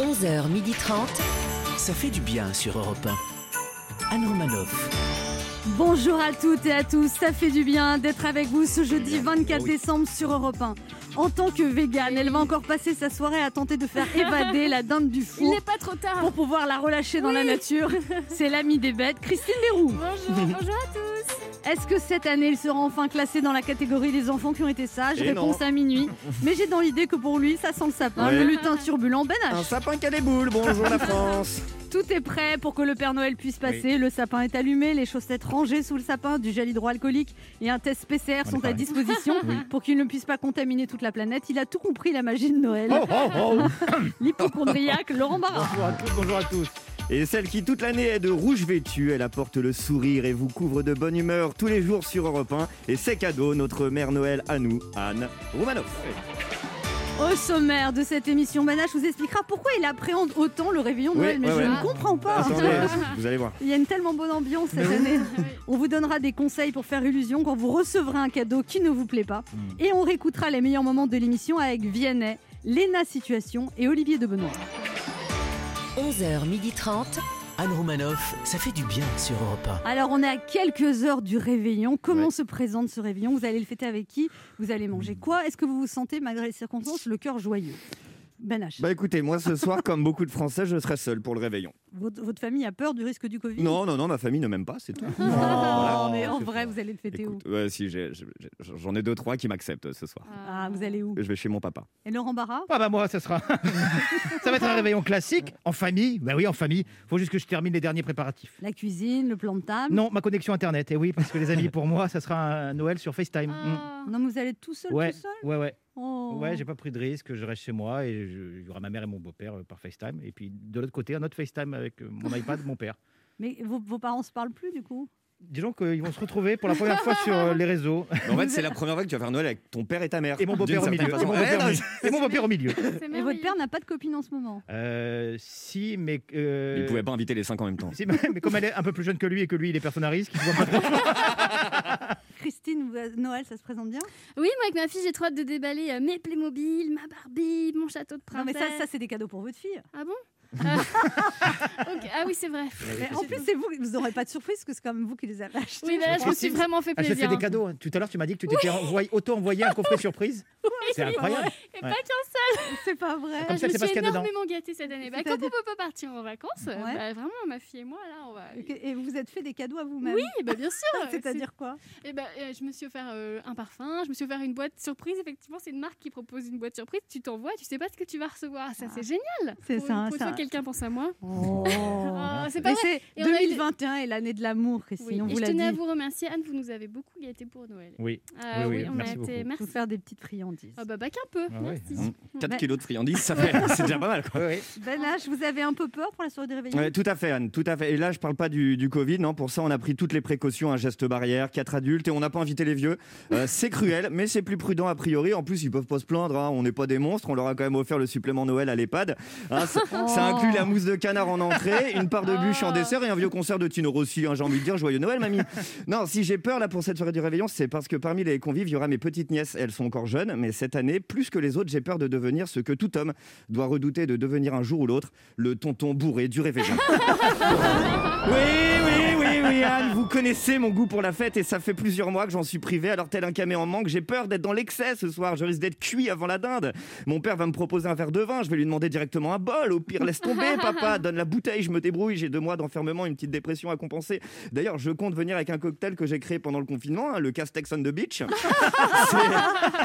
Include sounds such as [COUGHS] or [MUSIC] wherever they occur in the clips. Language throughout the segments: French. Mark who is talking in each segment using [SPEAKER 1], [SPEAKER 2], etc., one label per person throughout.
[SPEAKER 1] 11h30.
[SPEAKER 2] Ça fait du bien sur Europe 1. Anne Romanoff.
[SPEAKER 3] Bonjour à toutes et à tous, ça fait du bien d'être avec vous ce jeudi 24
[SPEAKER 2] Oui.
[SPEAKER 3] décembre sur Europe 1. En tant que végane, elle va encore passer sa soirée à tenter de faire évader la dinde du
[SPEAKER 4] Il
[SPEAKER 3] four
[SPEAKER 4] n'est pas trop tard.
[SPEAKER 3] pour pouvoir la relâcher dans
[SPEAKER 4] [LAUGHS]
[SPEAKER 3] la nature. C'est l'amie des bêtes, Christine Leroux.
[SPEAKER 4] Bonjour, bonjour à tous.
[SPEAKER 3] Est-ce que cette année, il sera enfin classé dans la catégorie des enfants qui ont été sages
[SPEAKER 5] Et
[SPEAKER 3] Réponse à minuit. Mais j'ai dans l'idée que pour lui, ça sent le sapin,
[SPEAKER 5] Ouais.
[SPEAKER 3] le lutin turbulent, Ben H.
[SPEAKER 5] Un sapin qui a des boules, bonjour la France
[SPEAKER 3] Tout est prêt pour que le Père Noël puisse passer. Le sapin est allumé, les chaussettes rangées sous le sapin, du gel hydroalcoolique et un test PCR sont à
[SPEAKER 5] [LAUGHS]
[SPEAKER 3] disposition pour qu'il ne puisse pas contaminer toute la planète. Il a tout compris, la magie de Noël.
[SPEAKER 5] Oh, oh, oh.
[SPEAKER 3] [LAUGHS] L'hypochondriaque Laurent Barra.
[SPEAKER 5] Bonjour à toutes, bonjour à tous Et celle qui toute l'année est de rouge vêtue, elle apporte le sourire et vous couvre de bonne humeur tous les jours sur Europe 1. Et c'est cadeau, notre mère Noël à nous, Anne Romanoff.
[SPEAKER 3] Au sommaire de cette émission, Manache vous expliquera pourquoi il appréhende autant le réveillon de
[SPEAKER 5] Oui,
[SPEAKER 3] Noël. Mais
[SPEAKER 5] ouais,
[SPEAKER 3] je
[SPEAKER 5] ouais.
[SPEAKER 3] ne comprends pas. [LAUGHS]
[SPEAKER 5] Attendez, vous allez voir.
[SPEAKER 3] Il y a une tellement bonne ambiance cette année. On vous donnera des conseils pour faire illusion quand vous recevrez un cadeau qui ne vous plaît pas.
[SPEAKER 5] Hmm.
[SPEAKER 3] Et on réécoutera les meilleurs moments de l'émission avec Vianney, Léna Situation et Olivier de Benoît.
[SPEAKER 1] 11h30.
[SPEAKER 2] Anne Romanoff, ça fait du bien sur Europe
[SPEAKER 3] Alors on est à quelques heures du réveillon. Comment se présente ce réveillon Vous allez le fêter avec qui Vous allez
[SPEAKER 5] Hmm.
[SPEAKER 3] manger quoi Est-ce que vous vous sentez, malgré les circonstances, le cœur joyeux Banache,
[SPEAKER 5] Bah écoutez, moi ce soir, comme beaucoup de Français, je serai seul pour le réveillon.
[SPEAKER 3] votre, votre famille a peur du risque du Covid
[SPEAKER 5] Non, non, non, ma famille ne m'aime pas, [LAUGHS] c'est tout.
[SPEAKER 3] Non, Oh, mais
[SPEAKER 6] Ah,
[SPEAKER 3] en
[SPEAKER 5] c'est
[SPEAKER 3] vrai,
[SPEAKER 5] fort.
[SPEAKER 3] vous allez le fêter
[SPEAKER 5] Écoute, ouais, si, j'ai- j'ai- j'en ai deux, trois qui m'acceptent euh, ce soir.
[SPEAKER 3] où Ah, vous allez où
[SPEAKER 5] Je vais chez mon papa.
[SPEAKER 3] Et Laurent Barra
[SPEAKER 6] Ah bah moi, ça sera. [LAUGHS] ça va être un réveillon classique, en famille. Bah oui, en famille. Faut juste que je termine les derniers préparatifs.
[SPEAKER 3] La cuisine, le plan de table
[SPEAKER 6] Non, ma connexion internet. Et oui, parce que les amis, pour moi, ça sera un Noël sur FaceTime. Mm.
[SPEAKER 3] Non, mais vous allez tout seul,
[SPEAKER 6] Ouais,
[SPEAKER 3] tout seul
[SPEAKER 6] ouais, ouais,
[SPEAKER 3] Oh.
[SPEAKER 6] ouais. J'ai pas pris de risque. Je reste chez moi et je- il y aura ma mère et mon beau-père euh, par FaceTime. Et puis de l'autre côté, un autre FaceTime avec euh, mon iPad, mon père.
[SPEAKER 3] Mais vos, vos parents se parlent plus du coup
[SPEAKER 6] [LAUGHS] Disons qu'ils vont se retrouver pour la première fois sur euh, les réseaux.
[SPEAKER 5] Mais en fait, c'est la première fois que tu vas faire Noël avec ton père et ta mère.
[SPEAKER 6] Et mon beau-père au
[SPEAKER 5] D'une
[SPEAKER 6] milieu.
[SPEAKER 5] certaine
[SPEAKER 6] Et mon
[SPEAKER 5] façon. Eh,
[SPEAKER 6] beau-père au
[SPEAKER 5] non,
[SPEAKER 6] milieu. Et mon beau-père
[SPEAKER 5] [LAUGHS]
[SPEAKER 6] au milieu.
[SPEAKER 4] C'est
[SPEAKER 3] Et votre
[SPEAKER 4] merveilleux.
[SPEAKER 3] père n'a pas de copine en ce moment
[SPEAKER 6] Euh, si, mais. euh,
[SPEAKER 5] Il pouvait pas inviter les cinq en même temps.
[SPEAKER 6] si, [LAUGHS] mais mais comme elle est un peu plus jeune que lui et que lui, il est personne à risque, il voit pas
[SPEAKER 3] Christine, vous- euh, Noël, ça se présente bien
[SPEAKER 4] Oui, moi avec ma fille, j'ai trop hâte de déballer euh, mes Playmobil, ma Barbie, mon château de
[SPEAKER 3] Non, mais
[SPEAKER 4] princesse.
[SPEAKER 3] ça, ça c'est des cadeaux pour votre fille.
[SPEAKER 4] Ah bon Euh, [LAUGHS] ok, Ah oui, c'est vrai.
[SPEAKER 3] Mais en plus, c'est vous, vous n'aurez pas de surprise parce que c'est quand même vous qui les avez achetés.
[SPEAKER 4] Oui, mais là, je me suis
[SPEAKER 6] Christine,
[SPEAKER 4] vraiment fait
[SPEAKER 6] Ah, je te fais
[SPEAKER 4] plaisir.
[SPEAKER 6] des cadeaux. hein. Tout à l'heure, tu m'as dit que tu t'étais envoyé- auto-envoyé un coffret [LAUGHS] surprise. C'est incroyable.
[SPEAKER 4] Et pas
[SPEAKER 6] Ouais.
[SPEAKER 4] qu'un
[SPEAKER 3] [LAUGHS] C'est pas vrai.
[SPEAKER 6] Comme
[SPEAKER 4] seul. Je me
[SPEAKER 6] ça, c'est pas ce
[SPEAKER 4] suis
[SPEAKER 6] qu'il y a dedans.
[SPEAKER 4] énormément gâtée cette année. Bah, quand on
[SPEAKER 3] C'est-à-dire-
[SPEAKER 4] peut pas partir en vacances, euh,
[SPEAKER 3] Ouais.
[SPEAKER 4] bah, vraiment, ma fille et moi, là, on va.
[SPEAKER 3] Ok, Et vous vous êtes fait des cadeaux à vous-même
[SPEAKER 4] Oui, bah, bien sûr.
[SPEAKER 3] [LAUGHS] C'est-à-dire quoi
[SPEAKER 4] Eh ben, euh, je me suis offert euh, un parfum, je me suis offert une boîte surprise. Effectivement, c'est une marque qui propose une boîte surprise. Tu t'envoies, tu sais pas ce que tu vas recevoir. Ça, c'est génial.
[SPEAKER 3] Ah. C'est
[SPEAKER 4] Pour-
[SPEAKER 3] ça,
[SPEAKER 4] Pour une
[SPEAKER 3] ça.
[SPEAKER 4] fois, quelqu'un pense à moi.
[SPEAKER 3] Oh.
[SPEAKER 4] Ah, c'est pas
[SPEAKER 3] Mais
[SPEAKER 4] vrai.
[SPEAKER 3] c'est
[SPEAKER 4] Et on a eu-
[SPEAKER 3] 2021 est l'année de l'amour, Christine,
[SPEAKER 4] Oui.
[SPEAKER 3] on
[SPEAKER 4] Et
[SPEAKER 3] vous
[SPEAKER 4] je
[SPEAKER 3] l'a
[SPEAKER 4] tenais à
[SPEAKER 3] dit.
[SPEAKER 4] vous remercier, Anne. Vous nous avez beaucoup gâtés pour Noël.
[SPEAKER 6] Oui.
[SPEAKER 4] Ah
[SPEAKER 6] Oui, oui,
[SPEAKER 4] on a
[SPEAKER 6] merci
[SPEAKER 4] été.
[SPEAKER 6] beaucoup.
[SPEAKER 3] Vous
[SPEAKER 4] Merci.
[SPEAKER 3] faire des petites friandises.
[SPEAKER 4] Ah bah, bah qu'un peu.
[SPEAKER 6] Ah ouais.
[SPEAKER 4] merci.
[SPEAKER 5] Mmh. 4
[SPEAKER 3] Mais-
[SPEAKER 5] kilos de friandises, ça fait, c'est déjà pas mal. Quoi.
[SPEAKER 3] Ben H, vous avez un peu peur pour la soirée du réveillon
[SPEAKER 5] Ouais, tout à fait, Anne, tout à fait. Et là, je parle pas du, du Covid, non. Pour ça, on a pris toutes les précautions, un geste barrière, quatre adultes, et on n'a pas invité les vieux. Euh, c'est cruel, mais c'est plus prudent a priori. En plus, ils peuvent pas se plaindre. hein. On n'est pas des monstres. On leur a quand même offert le supplément Noël à l'EHPAD. Hein, ça, ça
[SPEAKER 3] Oh.
[SPEAKER 5] inclut la mousse de canard en entrée, une part de bûche en
[SPEAKER 4] Oh.
[SPEAKER 5] dessert et un vieux concert de Tino Rossi. hein, J'ai envie de dire joyeux Noël, mamie. Non, si j'ai peur là pour cette soirée du réveillon, c'est parce que parmi les convives, il y aura mes petites nièces. Elles sont encore jeunes, mais cette année, plus que les autres, j'ai peur de devenir ce que tout homme doit redouter de devenir un jour ou l'autre, le tonton bourré du réveillon. Oui, oui, oui, oui, Anne, vous connaissez mon goût pour la fête et ça fait plusieurs mois que j'en suis privé. Alors, tel un camé en manque, j'ai peur d'être dans l'excès ce soir. Je risque d'être cuit avant la dinde. Mon père va me proposer un verre de vin. Je vais lui demander directement un bol. Au pire, laisse tomber, papa. Donne la bouteille, je me débrouille. J'ai deux mois d'enfermement, une petite dépression à compenser. D'ailleurs, je compte venir avec un cocktail que j'ai créé pendant le confinement, hein, le Castex on the Beach. [LAUGHS]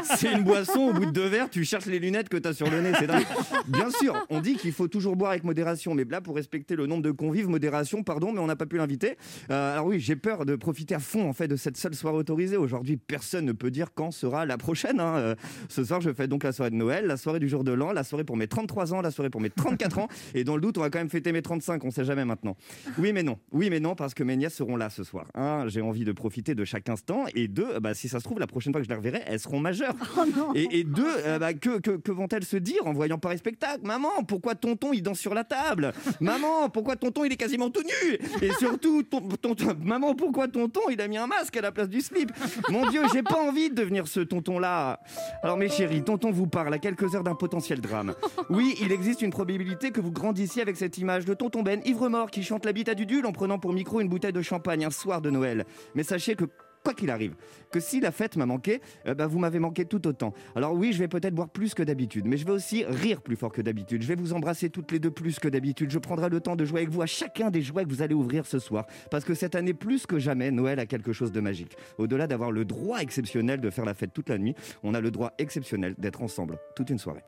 [SPEAKER 5] C'est- C'est une boisson, au bout de deux verres, tu cherches les lunettes que t'as sur le nez, c'est dingue. Bien sûr, on dit qu'il faut toujours boire avec modération, mais là, pour respecter le nombre de convives, modération, pardon, mais on n'a pas pu l'inviter. Euh, alors oui, j'ai peur de profiter à fond, en fait, de cette seule soirée autorisée. Aujourd'hui, personne ne peut dire quand sera la prochaine. hein. Euh, ce soir, je fais donc la soirée de Noël, la soirée du jour de l'an, la soirée pour mes 33 ans, la soirée pour mes 34 ans, et dans le doute, on va quand même fêter mes 35, on sait jamais maintenant. Oui, mais non. Oui, mais non, parce que mes nièces seront là ce soir. Un, j'ai envie de profiter de chaque instant. Et deux, bah, si ça se trouve, la prochaine fois que je les reverrai, elles seront majeures.
[SPEAKER 3] Oh non
[SPEAKER 5] Et, et deux, euh, bah, que, que- que vont-elles se dire en voyant Paris Spectacle Maman, pourquoi tonton il danse sur la table Maman, pourquoi tonton il est quasiment tout nu Et surtout, ton- pour tonton. Maman, pourquoi tonton Il a mis un masque à la place du slip. Mon Dieu, j'ai pas envie de devenir ce tonton-là. Alors, mes chéris, tonton vous parle à quelques heures d'un potentiel drame. Oui, il existe une probabilité que vous grandissiez avec cette image de tonton Ben, ivre-mort, qui chante l'habitat du Dul en prenant pour micro une bouteille de champagne un soir de Noël. Mais sachez que quoi qu'il arrive, que si la fête m'a manqué, euh, bah, vous m'avez manqué tout autant. Alors oui, je vais peut-être boire plus que d'habitude, mais je vais aussi rire plus fort que d'habitude. Je vais vous embrasser toutes les deux plus que d'habitude. Je prendrai le temps de jouer avec vous à chacun des jouets que vous allez ouvrir ce soir. Parce que cette année, plus que jamais, Noël a quelque chose de magique. Au-delà d'avoir le droit exceptionnel de faire la fête toute la nuit, on a le droit exceptionnel d'être ensemble toute une soirée.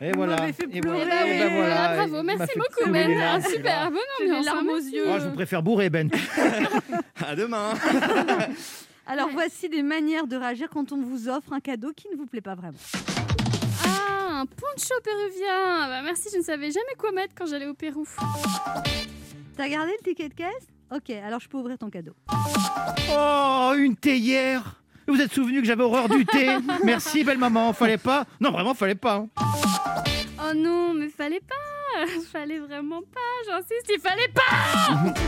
[SPEAKER 6] Et voilà.
[SPEAKER 3] m'avez fait
[SPEAKER 6] Et voilà.
[SPEAKER 3] pleurer.
[SPEAKER 6] Et ben voilà.
[SPEAKER 4] Ah, bravo,
[SPEAKER 6] Il m'a
[SPEAKER 4] merci
[SPEAKER 6] fait
[SPEAKER 4] beaucoup,
[SPEAKER 6] pleurer,
[SPEAKER 4] Ben.
[SPEAKER 6] là,
[SPEAKER 4] Ah,
[SPEAKER 6] celui-là.
[SPEAKER 4] super, bonne
[SPEAKER 3] J'ai les
[SPEAKER 4] ambiance.
[SPEAKER 3] larmes
[SPEAKER 4] hein,
[SPEAKER 3] aux
[SPEAKER 4] merci.
[SPEAKER 3] yeux.
[SPEAKER 6] Moi, je vous préfère bourrer, Ben.
[SPEAKER 5] [LAUGHS] À demain
[SPEAKER 3] Alors voici des manières de réagir quand on vous offre un cadeau qui ne vous plaît pas vraiment.
[SPEAKER 4] Ah, un poncho péruvien. Bah, merci, je ne savais jamais quoi mettre quand j'allais au Pérou.
[SPEAKER 3] T'as gardé le ticket de caisse Ok, alors je peux ouvrir ton cadeau.
[SPEAKER 4] Ah.
[SPEAKER 6] Oh, une théière Vous êtes souvenu que j'avais horreur du thé Merci, belle maman. Fallait pas Non, vraiment, fallait pas. hein.
[SPEAKER 4] Oh non, mais fallait pas. [LAUGHS] Fallait vraiment pas, j'insiste, il fallait pas.
[SPEAKER 3] [LAUGHS]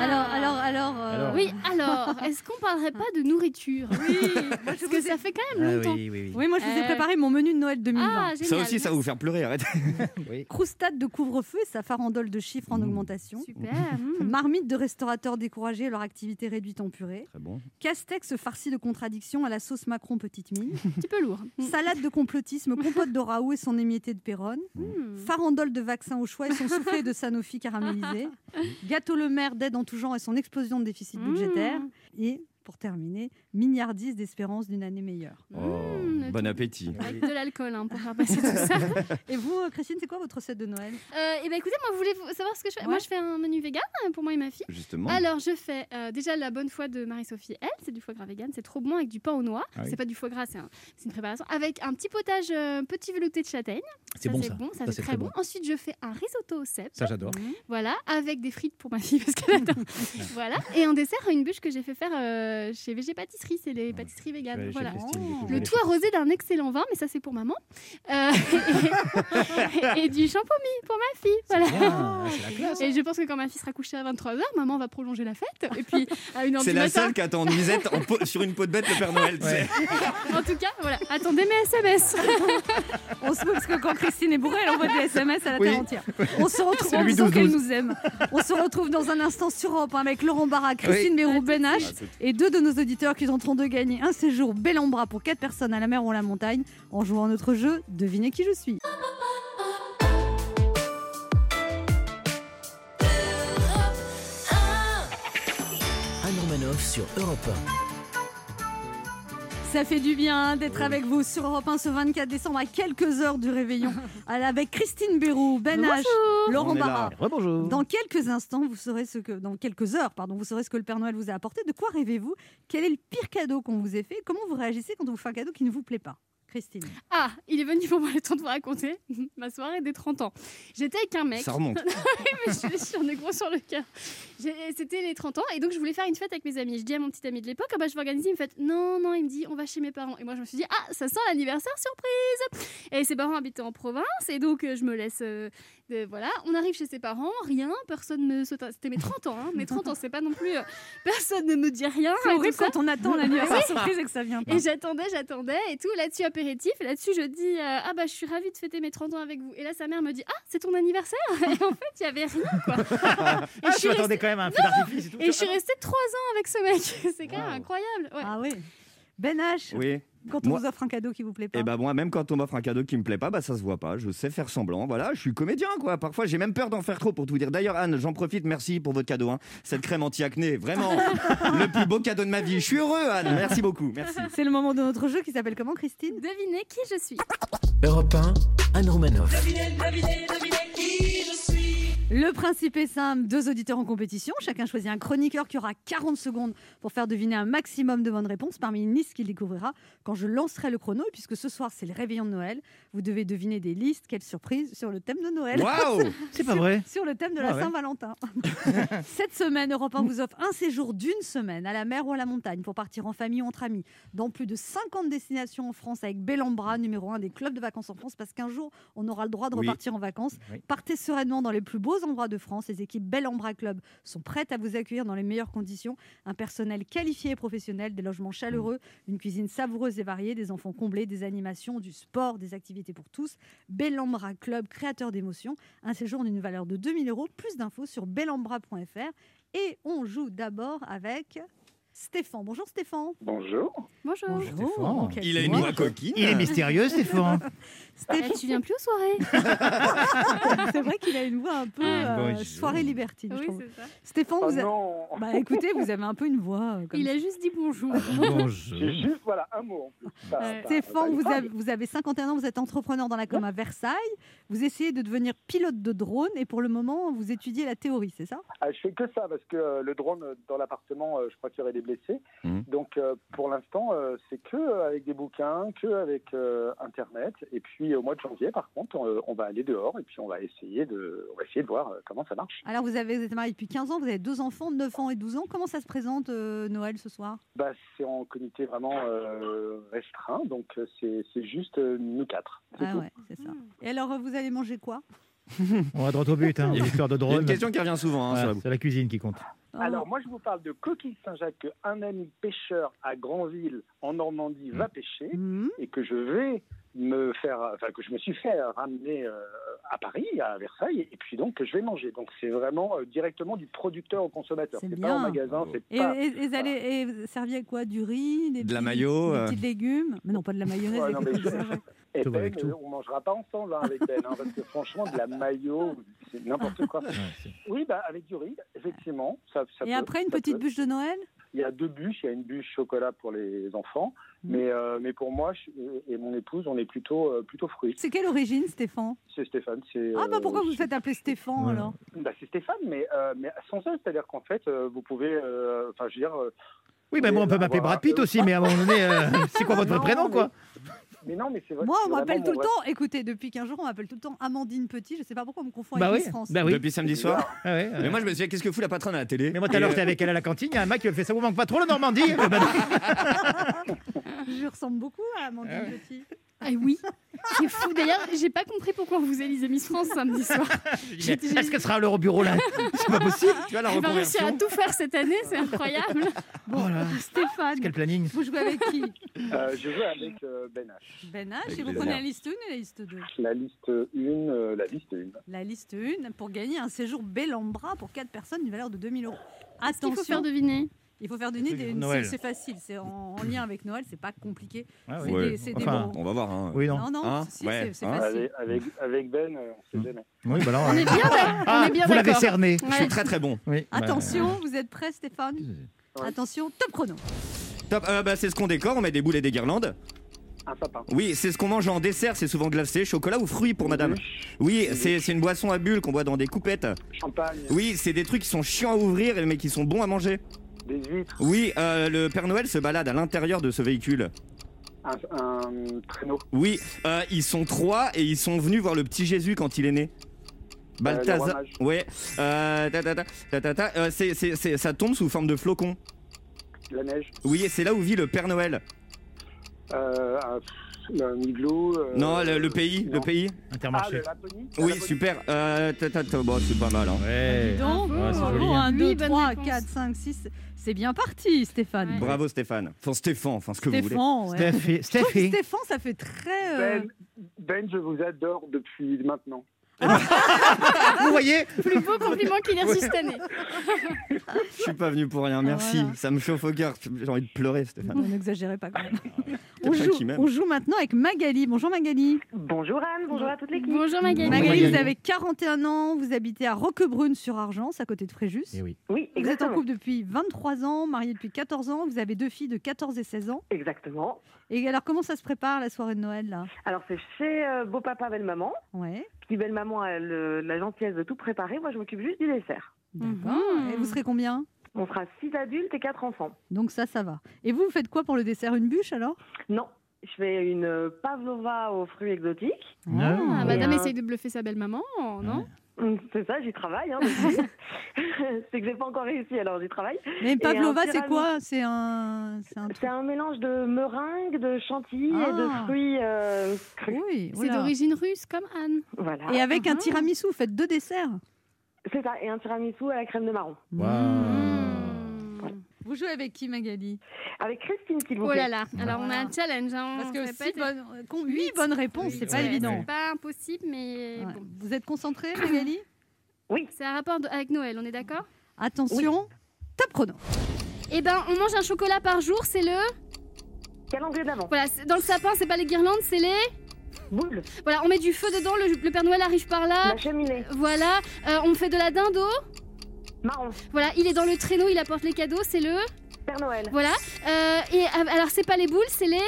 [SPEAKER 4] Ah.
[SPEAKER 3] Alors, alors, alors. euh,
[SPEAKER 6] Alors.
[SPEAKER 4] Oui, alors, est-ce qu'on parlerait pas de nourriture
[SPEAKER 3] [LAUGHS]
[SPEAKER 4] Oui, parce que ça fait quand même longtemps.
[SPEAKER 6] Ah oui, oui,
[SPEAKER 3] Oui, moi je vous ai
[SPEAKER 4] Euh.
[SPEAKER 3] préparé mon menu de Noël 2020.
[SPEAKER 4] Ah, génial.
[SPEAKER 5] Ça aussi, ça va vous faire pleurer, arrête.
[SPEAKER 6] oui.
[SPEAKER 3] Croustade de couvre-feu et sa farandole de chiffres en
[SPEAKER 5] Mmh.
[SPEAKER 3] augmentation.
[SPEAKER 4] Super. mm.
[SPEAKER 3] [LAUGHS] Marmite de restaurateurs découragés et leur activité réduite en purée.
[SPEAKER 5] Très bon.
[SPEAKER 3] Castex farci de contradictions à la sauce Macron petite mine.
[SPEAKER 4] Un petit peu lourd. Mm.
[SPEAKER 3] Salade de complotisme, compote de Raoult et son émietté de Péronne. Hmm.
[SPEAKER 4] Mm.
[SPEAKER 3] Farandole de vaccins au choix et son soufflé de Sanofi caramélisé. Gâteau le maire d'aide en tout genre et son explosion de déficit budgétaire.
[SPEAKER 4] Mm.
[SPEAKER 3] Et, pour terminer, milliardise d'espérance d'une année meilleure.
[SPEAKER 5] Oh.
[SPEAKER 4] Mm,
[SPEAKER 5] bon appétit.
[SPEAKER 4] Avec de l'alcool hein, pour faire passer tout ça.
[SPEAKER 3] [LAUGHS] Et vous, euh, Christine, c'est quoi votre recette de Noël
[SPEAKER 4] et ben écoutez, moi, vous voulez savoir ce que je fais Moi,
[SPEAKER 3] Ouais.
[SPEAKER 4] je fais un menu vegan hein, pour moi et ma fille.
[SPEAKER 5] Justement.
[SPEAKER 4] Alors, je fais euh, déjà la bonne foi de Marie-Sophie, elle, c'est du foie gras vegan, c'est trop bon avec du pain au noix.
[SPEAKER 6] Ah oui.
[SPEAKER 4] C'est pas du foie gras, c'est un- c'est une préparation. Avec un petit potage, euh, petit velouté de châtaigne.
[SPEAKER 6] C'est bon,
[SPEAKER 4] c'est
[SPEAKER 6] ça.
[SPEAKER 4] bon, ça,
[SPEAKER 6] Ça,
[SPEAKER 4] c'est
[SPEAKER 6] c'est
[SPEAKER 4] très,
[SPEAKER 6] très
[SPEAKER 4] bon. Ensuite, je fais un risotto au cèpe.
[SPEAKER 6] Ça, j'adore.
[SPEAKER 4] Voilà, avec des frites pour ma fille parce qu'elle
[SPEAKER 6] [LAUGHS]
[SPEAKER 4] adore. voilà, [LAUGHS] et en dessert, une bûche que j'ai fait faire euh, chez VG Pâtisserie, c'est les pâtisseries
[SPEAKER 6] Je vais
[SPEAKER 4] véganes.
[SPEAKER 6] aller chez
[SPEAKER 4] Voilà.
[SPEAKER 6] Christine, du coup, je vais
[SPEAKER 4] Le
[SPEAKER 6] aller
[SPEAKER 4] tout arrosé d'un excellent vin, mais ça c'est pour maman. Euh, [LAUGHS] et, et du champomis pour ma fille. Voilà.
[SPEAKER 6] chez- Bien, c'est la classe. hein.
[SPEAKER 4] Et je pense que quand ma fille sera couchée à 23h, maman va prolonger la fête. Et puis à 1h
[SPEAKER 5] C'est
[SPEAKER 4] du
[SPEAKER 5] la
[SPEAKER 4] matin.
[SPEAKER 5] seule qui attend une misette en peau- sur une peau de bête le Père Noël. tu sais.
[SPEAKER 6] Ouais.
[SPEAKER 4] [LAUGHS] En tout cas, voilà. Attendez mes SMS.
[SPEAKER 3] On se moque parce que quand Christine est bourrée, elle envoie des SMS à la
[SPEAKER 6] Oui.
[SPEAKER 3] terre entière. On se retrouve en
[SPEAKER 6] lui,
[SPEAKER 3] disant
[SPEAKER 6] 12-12.
[SPEAKER 3] qu'elle nous aime. On se retrouve dans un instant sur Europe hein, avec Laurent Barra, Christine Béroux, Ben H et deux de nos auditeurs qui tenteront de gagner un séjour Bellambra pour quatre personnes à la mer ou à la montagne en jouant à notre jeu Devinez qui je suis.
[SPEAKER 2] Anne Romanoff sur Europe
[SPEAKER 3] Ça fait du bien hein, d'être avec vous sur Europe 1 ce 24 décembre à quelques heures du
[SPEAKER 5] [LAUGHS]
[SPEAKER 3] réveillon avec Christine Béroux, Ben H, Laurent
[SPEAKER 5] On est là.
[SPEAKER 3] Barra.
[SPEAKER 6] Rebonjour.
[SPEAKER 3] Dans quelques instants, vous saurez ce que dans quelques heures, pardon, vous saurez ce que le Père Noël vous a apporté. De quoi rêvez-vous Quel est le pire cadeau qu'on vous ait fait Comment vous réagissez quand on vous fait un cadeau qui ne vous plaît pas Christine.
[SPEAKER 4] Ah, il est venu pour moi le temps de vous raconter [LAUGHS] ma soirée des 30 ans. J'étais avec un mec. [LAUGHS]
[SPEAKER 5] Ça remonte.
[SPEAKER 4] mais je- j'en ai gros sur le cœur. J'ai- C'était les 30 ans et donc je voulais faire une fête avec mes amis. Je dis à mon petit ami de l'époque, ah bah, je vais organiser une fête. Non, non, il me dit, on va chez mes parents. Et moi je me suis dit, ah, ça sent l'anniversaire surprise. Et ses parents habitaient en province et donc euh, je me laisse. euh, de- voilà, on arrive chez ses parents, rien, personne ne saute. un- C'était mes 30 ans, hein. mes 30 ans, c'est pas non plus. euh, personne ne me dit rien.
[SPEAKER 3] C'est
[SPEAKER 4] et
[SPEAKER 3] horrible
[SPEAKER 4] tout ça.
[SPEAKER 3] quand on attend l'anniversaire surprise et que ça vient pas.
[SPEAKER 4] Et j'attendais, j'attendais et tout. Là-dessus, apéritif. Et Là-dessus, je dis euh, Ah bah, je suis ravie de fêter mes 30 ans avec vous. Et là, sa mère me dit Ah, c'est ton anniversaire [LAUGHS] Et en fait, il y avait rien, quoi. et,
[SPEAKER 6] Ah,
[SPEAKER 4] je
[SPEAKER 6] je
[SPEAKER 4] suis restée,
[SPEAKER 6] m'attendais quand même à un feu d'artifice et tout.
[SPEAKER 4] et je suis restée 3 ans avec ce mec. [LAUGHS] C'est quand même
[SPEAKER 6] Wow.
[SPEAKER 4] incroyable. Ouais.
[SPEAKER 3] Ah oui. Ben H,
[SPEAKER 5] Oui.
[SPEAKER 3] quand on
[SPEAKER 5] Moi-
[SPEAKER 3] vous offre un cadeau qui vous plaît pas.
[SPEAKER 5] Et bah moi, même quand on m'offre un cadeau qui me plaît pas, bah ça se voit pas. Je sais faire semblant. Voilà, je suis comédien quoi. Parfois, j'ai même peur d'en faire trop pour tout vous dire. D'ailleurs, Anne, j'en profite. Merci pour votre cadeau. hein. Cette crème
[SPEAKER 3] [LAUGHS]
[SPEAKER 5] anti-acné, vraiment le plus beau cadeau de ma vie. Je suis heureux, Anne. Merci beaucoup. Eh, Merci.
[SPEAKER 3] C'est le moment de notre jeu qui s'appelle comment Christine
[SPEAKER 4] Devinez qui je suis.
[SPEAKER 2] 1. Europe 1, Anne Romanoff.
[SPEAKER 3] Le principe est simple, deux auditeurs en compétition, chacun choisit un chroniqueur qui aura 40 secondes pour faire deviner un maximum de bonnes réponses parmi une liste qu'il découvrira quand je lancerai le chrono. Et puisque ce soir c'est le réveillon de Noël, vous devez deviner des listes, quelle surprise, sur le thème de Noël. [LAUGHS]
[SPEAKER 5] Waouh.
[SPEAKER 6] C'est pas vrai.
[SPEAKER 3] sur le thème de la
[SPEAKER 6] Ah ouais.
[SPEAKER 3] Saint-Valentin. Cette semaine, Europe 1 vous offre un séjour d'une semaine à la mer ou à la montagne pour partir en famille ou entre amis dans plus de 50 destinations en France avec Bellambra, numéro 1 des clubs de vacances en France, parce qu'un jour, on aura le droit de
[SPEAKER 5] Oui.
[SPEAKER 3] repartir en vacances.
[SPEAKER 6] Oui.
[SPEAKER 3] Partez sereinement dans les plus beaux beaux endroits de France, les équipes Belle Ambra Club sont prêtes à vous accueillir dans les meilleures conditions. Un personnel qualifié et professionnel, des logements chaleureux,
[SPEAKER 6] Mm.
[SPEAKER 3] une cuisine savoureuse et variée, des enfants comblés, des animations, du sport, des activités pour tous. Belle Ambra Club, créateur d'émotions. Un séjour d'une valeur de 2000 euros. Plus d'infos sur bellambra.fr. Et on joue d'abord avec Stéphane. Bonjour Stéphane. Oh,
[SPEAKER 1] Bonjour.
[SPEAKER 4] Bonjour.
[SPEAKER 6] Stéphane.
[SPEAKER 3] quel
[SPEAKER 5] Il a une
[SPEAKER 3] joie.
[SPEAKER 5] voix coquine.
[SPEAKER 6] Il est
[SPEAKER 3] [LAUGHS]
[SPEAKER 6] mystérieux, Stéphane.
[SPEAKER 4] Eh, tu viens plus aux soirées
[SPEAKER 3] [LAUGHS] C'est vrai qu'il a une voix un peu
[SPEAKER 5] Ah,
[SPEAKER 3] euh,
[SPEAKER 6] Bonjour.
[SPEAKER 3] soirée libertine. je trouve.
[SPEAKER 4] c'est ça.
[SPEAKER 3] Stéphane,
[SPEAKER 1] Oh
[SPEAKER 3] vous a-
[SPEAKER 1] non
[SPEAKER 3] bah, écoutez, vous avez un peu une voix euh, comme
[SPEAKER 4] Il
[SPEAKER 3] ça.
[SPEAKER 4] a juste dit bonjour.
[SPEAKER 6] Bonjour.
[SPEAKER 1] J'ai juste, voilà, un mot en plus. Ça- ça-
[SPEAKER 3] Stéphane, vous
[SPEAKER 1] ça-
[SPEAKER 3] avez, vous avez 51 ans, vous êtes entrepreneur dans la com à Versailles. Vous essayez de devenir pilote de drone et pour le moment, vous étudiez la théorie, c'est ça
[SPEAKER 1] Ah, je fais que ça parce que euh, le drone euh, dans l'appartement, euh, je crois qu'il y aurait des blessés.
[SPEAKER 5] Mhm.
[SPEAKER 1] Donc euh, pour l'instant, euh, c'est que euh, avec des bouquins, que avec euh, Internet. Et puis au mois de janvier, par contre, on, on va aller dehors et puis on va essayer de, on va essayer de voir euh, comment ça marche.
[SPEAKER 3] Alors, vous, avez, vous êtes marié depuis 15 ans, vous avez deux enfants, 9 ans et 12 ans. Comment ça se présente euh, Noël ce soir
[SPEAKER 1] Bah, c'est en comité vraiment euh, restreint, donc euh, c'est c'est juste euh, nous quatre. c'est
[SPEAKER 3] Ah
[SPEAKER 1] tout.
[SPEAKER 3] ouais, c'est ça. Et alors, euh, vous allez manger quoi
[SPEAKER 6] On va droit au but, hein, l'histoire de
[SPEAKER 5] Il y a
[SPEAKER 6] drone.
[SPEAKER 5] une question qui revient souvent hein,
[SPEAKER 6] Voilà,
[SPEAKER 5] sur la boucle.
[SPEAKER 6] c'est la cuisine qui compte.
[SPEAKER 3] Oh,
[SPEAKER 1] Alors moi, je vous parle de coquille Saint-Jacques que un ami pêcheur à Granville en Normandie va pêcher.
[SPEAKER 3] hmm,
[SPEAKER 1] et que je vais me faire, enfin que je me suis fait ramener euh, à Paris, à Versailles, et puis donc que je vais manger. Donc c'est vraiment euh, directement du producteur au consommateur.
[SPEAKER 3] C'est
[SPEAKER 1] C'est
[SPEAKER 3] bien.
[SPEAKER 1] pas en magasin, c'est
[SPEAKER 3] Et,
[SPEAKER 1] pas.
[SPEAKER 3] et- et vous allez et vous serviez quoi Du riz des
[SPEAKER 5] De la
[SPEAKER 3] petits-
[SPEAKER 5] mayo,
[SPEAKER 3] Des
[SPEAKER 5] euh.
[SPEAKER 3] petits légumes Mais non, pas de la mayonnaise.
[SPEAKER 1] Ouais, non, mais
[SPEAKER 3] écoutez,
[SPEAKER 1] je-
[SPEAKER 3] c'est vrai.
[SPEAKER 1] Et
[SPEAKER 6] Tout va
[SPEAKER 1] Ben,
[SPEAKER 6] avec tout.
[SPEAKER 1] euh, on mangera pas ensemble hein, avec Ben, hein, parce que franchement, de la maillot, c'est n'importe quoi. Oui, bah, avec du riz, effectivement. Ça, ça
[SPEAKER 3] Et
[SPEAKER 1] peut,
[SPEAKER 3] après, une
[SPEAKER 1] ça
[SPEAKER 3] petite
[SPEAKER 1] peut.
[SPEAKER 3] bûche de Noël
[SPEAKER 1] Il y a deux bûches, il y a une bûche chocolat pour les enfants,
[SPEAKER 3] Mm.
[SPEAKER 1] mais, euh, mais pour moi je- et mon épouse, on est plutôt, euh, plutôt fruits.
[SPEAKER 3] C'est quelle origine, Stéphane
[SPEAKER 1] C'est Stéphane. c'est,
[SPEAKER 3] Ah, bah
[SPEAKER 1] euh,
[SPEAKER 3] pourquoi vous vous faites appeler Stéphane
[SPEAKER 6] Ouais.
[SPEAKER 3] alors
[SPEAKER 1] Bah, c'est Stéphane, mais, euh, mais sans ça, c'est-à-dire qu'en fait, euh, vous pouvez. euh, Enfin, je veux dire. euh,
[SPEAKER 6] Oui, mais
[SPEAKER 1] Oui,
[SPEAKER 6] bon, on peut
[SPEAKER 1] bah,
[SPEAKER 6] m'appeler
[SPEAKER 1] voilà.
[SPEAKER 6] Brad Pitt aussi, mais à un moment donné, euh, c'est quoi votre
[SPEAKER 1] non,
[SPEAKER 6] vrai prénom,
[SPEAKER 1] mais-
[SPEAKER 6] quoi
[SPEAKER 1] Mais non, mais c'est vrai.
[SPEAKER 3] Moi, on
[SPEAKER 1] c'est
[SPEAKER 3] m'appelle
[SPEAKER 1] vraiment
[SPEAKER 3] tout
[SPEAKER 1] mon
[SPEAKER 3] le temps, écoutez, depuis 15 jours, on m'appelle tout le temps Amandine Petit. Je sais pas pourquoi on me confond
[SPEAKER 6] Bah
[SPEAKER 3] avec
[SPEAKER 6] oui,
[SPEAKER 3] Miss France.
[SPEAKER 6] bah oui.
[SPEAKER 5] Depuis samedi soir.
[SPEAKER 6] Ah ouais, ouais.
[SPEAKER 5] Mais moi, je me suis dit, qu'est-ce que fout la patronne à la télé euh,
[SPEAKER 6] Mais moi, tout à l'heure, j'étais avec elle à la cantine, il y a un mec qui me fait ça vous manque pas trop le
[SPEAKER 5] [LAUGHS]
[SPEAKER 6] Normandie Eh ben,
[SPEAKER 3] Je ressemble beaucoup à Amandine
[SPEAKER 6] Ah ouais.
[SPEAKER 3] Petit.
[SPEAKER 4] Ah oui, c'est fou. D'ailleurs, j'ai pas compris pourquoi on vous élisez Miss France samedi
[SPEAKER 6] [LAUGHS]
[SPEAKER 4] soir.
[SPEAKER 6] je dis,
[SPEAKER 4] J'ai-
[SPEAKER 6] mais Est-ce qu'elle sera à l'Eurobureau Oh là [LAUGHS] C'est pas possible
[SPEAKER 5] Tu vois la
[SPEAKER 4] Elle va réussir Eh ben, à
[SPEAKER 5] reconversion
[SPEAKER 4] tout faire cette année, c'est incroyable.
[SPEAKER 3] Bon,
[SPEAKER 6] Oh là.
[SPEAKER 3] Stéphane,
[SPEAKER 6] Quel planning
[SPEAKER 3] [LAUGHS] vous jouez avec qui
[SPEAKER 1] rêve. Euh, je joue avec euh, Ben H.
[SPEAKER 3] Ben H,
[SPEAKER 5] Avec
[SPEAKER 3] et vous
[SPEAKER 5] les
[SPEAKER 3] prenez la
[SPEAKER 5] Anna.
[SPEAKER 3] liste 1 et la liste 2.
[SPEAKER 1] La liste 1, la liste 1.
[SPEAKER 3] La liste 1 pour gagner un séjour Bellambra pour 4 personnes d'une valeur de 2000 euros.
[SPEAKER 4] Il faut faire
[SPEAKER 3] Attention,
[SPEAKER 4] deviner.
[SPEAKER 3] il faut faire deviner
[SPEAKER 6] Truc
[SPEAKER 3] des-
[SPEAKER 6] pour
[SPEAKER 3] une-
[SPEAKER 6] Noël.
[SPEAKER 3] C'est c'est facile, c'est en, en lien avec Noël, c'est pas compliqué.
[SPEAKER 6] Ah
[SPEAKER 3] C'est
[SPEAKER 6] oui.
[SPEAKER 5] Ouais.
[SPEAKER 3] des, c'est des
[SPEAKER 6] Enfin,
[SPEAKER 3] mots.
[SPEAKER 5] On va voir. hein.
[SPEAKER 6] Oui, non.
[SPEAKER 3] Non, non,
[SPEAKER 5] Hein
[SPEAKER 3] si,
[SPEAKER 5] Ouais,
[SPEAKER 3] c'est c'est
[SPEAKER 5] hein
[SPEAKER 3] facile.
[SPEAKER 1] Avec, avec, avec Ben, euh, on sait jamais.
[SPEAKER 6] Oui, bah là,
[SPEAKER 4] On est bien, d'ac- on
[SPEAKER 6] Ah,
[SPEAKER 4] est bien
[SPEAKER 6] vous l'avez
[SPEAKER 4] d'accord.
[SPEAKER 6] cerné.
[SPEAKER 5] Je suis
[SPEAKER 4] Ouais.
[SPEAKER 5] très très bon.
[SPEAKER 6] Oui, bah,
[SPEAKER 3] Attention, vous êtes prêts Stéphane
[SPEAKER 1] Ouais.
[SPEAKER 3] Attention, top chrono.
[SPEAKER 5] Top. Euh, bah, c'est ce qu'on décore, on met des boules et des guirlandes.
[SPEAKER 1] Un sapin.
[SPEAKER 5] Oui, c'est ce qu'on mange en dessert, c'est souvent glacé, chocolat ou fruits pour madame. Oui, c'est c'est une boisson à bulles qu'on boit dans des coupettes.
[SPEAKER 1] Champagne,
[SPEAKER 5] Oui, c'est des trucs qui sont chiants à ouvrir mais qui sont bons à manger.
[SPEAKER 1] des huîtres,
[SPEAKER 5] Oui, euh, le Père Noël se balade à l'intérieur de ce véhicule.
[SPEAKER 1] un, un traîneau.
[SPEAKER 5] Oui, euh, ils sont trois et ils sont venus voir le petit Jésus quand il est né.
[SPEAKER 1] Euh, le roi
[SPEAKER 5] Balthazar.
[SPEAKER 1] mage.
[SPEAKER 5] ouais. Euh, ta, ta, ta, ta, ta, ta. Euh, c'est- c'est- c'est- ça tombe sous forme de flocon.
[SPEAKER 1] La neige,
[SPEAKER 5] Oui, et c'est là où vit le Père Noël.
[SPEAKER 1] euh, un, un igloo. euh,
[SPEAKER 5] non, le, le pays, le
[SPEAKER 1] non.
[SPEAKER 5] pays.
[SPEAKER 1] Ah, le
[SPEAKER 6] Intermarché.
[SPEAKER 1] Laponie la
[SPEAKER 5] Oui,
[SPEAKER 1] Laponie.
[SPEAKER 5] super. Euh, ta, ta, ta. Bon, c'est pas mal. hein.
[SPEAKER 6] Ouais.
[SPEAKER 3] Ah, Donc, Oh,
[SPEAKER 6] Ouais, c'est joli, hein.
[SPEAKER 3] 1, 2,
[SPEAKER 4] Oui, bonne
[SPEAKER 3] 3,
[SPEAKER 4] réponse.
[SPEAKER 3] 4, 5, 6. C'est bien parti, Stéphane.
[SPEAKER 4] Ouais.
[SPEAKER 5] Bravo Stéphane. Enfin Stéphane, enfin ce que vous voulez.
[SPEAKER 3] Stéphane, ouais. [LAUGHS]
[SPEAKER 6] Steph
[SPEAKER 3] Je trouve
[SPEAKER 6] et-
[SPEAKER 3] que
[SPEAKER 6] Steph et-
[SPEAKER 3] Stéphane, ça fait très. euh,
[SPEAKER 1] Ben, ben, je vous adore depuis maintenant.
[SPEAKER 5] Ah.
[SPEAKER 3] [LAUGHS]
[SPEAKER 6] Vous voyez
[SPEAKER 4] Plus beau compliment qu'il ait reçu cette année.
[SPEAKER 5] Je suis pas venu pour rien, merci.
[SPEAKER 3] Voilà.
[SPEAKER 5] Ça me chauffe au cœur. J'ai envie de pleurer Stéphane.
[SPEAKER 3] Non, N'exagérez pas quand même. [LAUGHS]
[SPEAKER 5] Quelqu'un
[SPEAKER 3] on, joue,
[SPEAKER 5] qui m'aime.
[SPEAKER 3] on joue maintenant avec Magali. Bonjour Magali.
[SPEAKER 7] Bonjour Anne, bonjour à toute l'équipe.
[SPEAKER 4] Bonjour Magali.
[SPEAKER 3] Magali,
[SPEAKER 5] Magali.
[SPEAKER 3] vous avez 41 ans, vous habitez à Roquebrune sur Argence, à côté de Fréjus.
[SPEAKER 6] Eh oui.
[SPEAKER 7] Oui,
[SPEAKER 3] Vous êtes en
[SPEAKER 7] exactement.
[SPEAKER 3] couple depuis 23 ans, mariée depuis 14 ans, vous avez deux filles de 14 et 16 ans.
[SPEAKER 7] Exactement.
[SPEAKER 3] Et alors comment ça se prépare la soirée de Noël là
[SPEAKER 7] Alors c'est chez euh, beau papa belle maman.
[SPEAKER 3] Ouais.
[SPEAKER 7] Qui belle maman a le- euh, la gentillesse de tout préparer. Moi je m'occupe juste du dessert.
[SPEAKER 3] D'accord.
[SPEAKER 4] Mhm.
[SPEAKER 3] Et vous serez combien
[SPEAKER 7] On sera six adultes et quatre enfants.
[SPEAKER 3] Donc ça, ça va. Et vous, vous faites quoi pour le dessert Une bûche alors
[SPEAKER 7] Non, je fais une euh, pavlova aux fruits exotiques.
[SPEAKER 4] Ah,
[SPEAKER 6] Ah,
[SPEAKER 3] bah,
[SPEAKER 4] madame
[SPEAKER 7] Ouais.
[SPEAKER 4] essaye de bluffer sa belle-maman, non
[SPEAKER 7] Hum, C'est ça, j'y travaille. Hein, depuis. [LAUGHS] c'est que j'ai pas encore réussi, alors j'y travaille.
[SPEAKER 3] Mais pavlova,
[SPEAKER 7] un
[SPEAKER 3] c'est
[SPEAKER 7] tiramisu.
[SPEAKER 3] quoi C'est un, c'est un
[SPEAKER 7] C'est
[SPEAKER 3] truc.
[SPEAKER 7] un mélange de meringue, de chantilly et
[SPEAKER 3] Ah.
[SPEAKER 7] de fruits euh, crus.
[SPEAKER 3] Oui,
[SPEAKER 4] C'est
[SPEAKER 3] oula.
[SPEAKER 4] d'origine russe, comme Anne.
[SPEAKER 7] Voilà.
[SPEAKER 3] Et avec un
[SPEAKER 4] Ah.
[SPEAKER 3] tiramisu, vous faites deux desserts.
[SPEAKER 7] C'est ça, et un tiramisu à la crème de marron.
[SPEAKER 3] Vous jouez avec qui, Magali
[SPEAKER 7] Avec Christine, s'il vous
[SPEAKER 4] Oh
[SPEAKER 7] plaît.
[SPEAKER 4] là là, alors on a un challenge. hein,
[SPEAKER 3] Parce
[SPEAKER 4] on
[SPEAKER 3] que
[SPEAKER 4] fait pas
[SPEAKER 3] six
[SPEAKER 4] été-
[SPEAKER 3] bonnes- con- huit bonnes réponses, c'est pas
[SPEAKER 4] Ouais,
[SPEAKER 3] évident.
[SPEAKER 4] C'est pas impossible, mais
[SPEAKER 3] Ouais.
[SPEAKER 4] bon.
[SPEAKER 3] Vous êtes concentrée,
[SPEAKER 4] [COUGHS]
[SPEAKER 3] Magali
[SPEAKER 4] C'est un rapport de- avec Noël, on est d'accord
[SPEAKER 3] Attention, top chrono.
[SPEAKER 4] Eh ben, on mange un chocolat par jour, c'est le.
[SPEAKER 7] Calendrier de l'avant.
[SPEAKER 4] Voilà, c'est- dans le sapin, c'est pas les guirlandes, c'est les.
[SPEAKER 7] Boule.
[SPEAKER 4] Voilà, on met du feu dedans, le, le Père Noël arrive par là.
[SPEAKER 7] La cheminée.
[SPEAKER 4] Voilà, euh, on fait de la dindo.
[SPEAKER 7] Marron.
[SPEAKER 4] Voilà, il est dans le traîneau, il apporte les cadeaux, c'est le.
[SPEAKER 7] Père Noël.
[SPEAKER 4] Voilà. Euh, et euh, alors, c'est pas les boules, c'est les.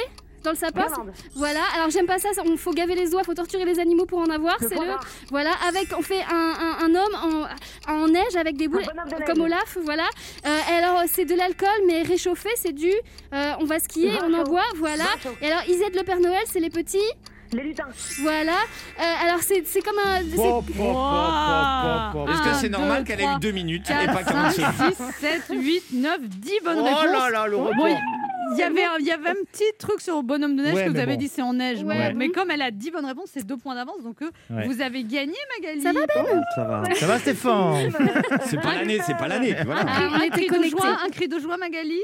[SPEAKER 4] Dans le sapin. c'est-
[SPEAKER 7] Guirlande.
[SPEAKER 4] Voilà. Alors, j'aime pas ça, ça- On faut gaver les oies, faut torturer les animaux pour en avoir,
[SPEAKER 7] Le
[SPEAKER 4] c'est le.
[SPEAKER 7] poivrard.
[SPEAKER 4] Voilà. Avec, on fait un, un- un homme en, en neige avec des boules.
[SPEAKER 7] Un bonhomme de neige.
[SPEAKER 4] Comme Olaf, voilà. Euh, et alors, c'est de l'alcool, mais réchauffé, c'est du. euh, on va skier,
[SPEAKER 7] Vin
[SPEAKER 4] on en
[SPEAKER 7] chaud.
[SPEAKER 4] boit, voilà.
[SPEAKER 7] Vin chaud.
[SPEAKER 4] Et alors, ils aident le Père Noël, c'est les petits,
[SPEAKER 7] Les lutins.
[SPEAKER 4] voilà. Euh, alors, c'est c'est comme un. c'est-
[SPEAKER 8] Est-ce que
[SPEAKER 3] Un,
[SPEAKER 8] c'est
[SPEAKER 3] deux,
[SPEAKER 8] normal qu'elle ait
[SPEAKER 3] trois,
[SPEAKER 8] eu 2 minutes et pas 40
[SPEAKER 3] 4,
[SPEAKER 8] secondes
[SPEAKER 3] 5, 6, 7, 8, 9, 10 bonnes
[SPEAKER 6] Oh
[SPEAKER 3] réponses.
[SPEAKER 6] là là, le
[SPEAKER 3] Bon,
[SPEAKER 6] record.
[SPEAKER 3] il y avait un- Il y avait un petit truc sur Bonhomme de Neige
[SPEAKER 6] Ouais,
[SPEAKER 3] que vous
[SPEAKER 6] mais
[SPEAKER 3] avez
[SPEAKER 6] bon.
[SPEAKER 3] dit c'est en neige.
[SPEAKER 4] Ouais,
[SPEAKER 3] bon. Mais
[SPEAKER 4] bon.
[SPEAKER 3] comme elle a 10 bonnes réponses, c'est deux points d'avance. Donc euh,
[SPEAKER 6] Ouais.
[SPEAKER 3] vous avez gagné, Magali.
[SPEAKER 4] Ça
[SPEAKER 3] va,
[SPEAKER 7] Ben
[SPEAKER 5] Ça va.
[SPEAKER 6] Ça va, Stéphane
[SPEAKER 8] C'est pas l'année, c'est pas l'année.
[SPEAKER 3] un,
[SPEAKER 8] Voilà.
[SPEAKER 4] Ah,
[SPEAKER 3] cri,
[SPEAKER 4] on
[SPEAKER 3] un
[SPEAKER 4] était
[SPEAKER 3] cri de
[SPEAKER 4] connectés.
[SPEAKER 3] joie, un cri de joie, Magali.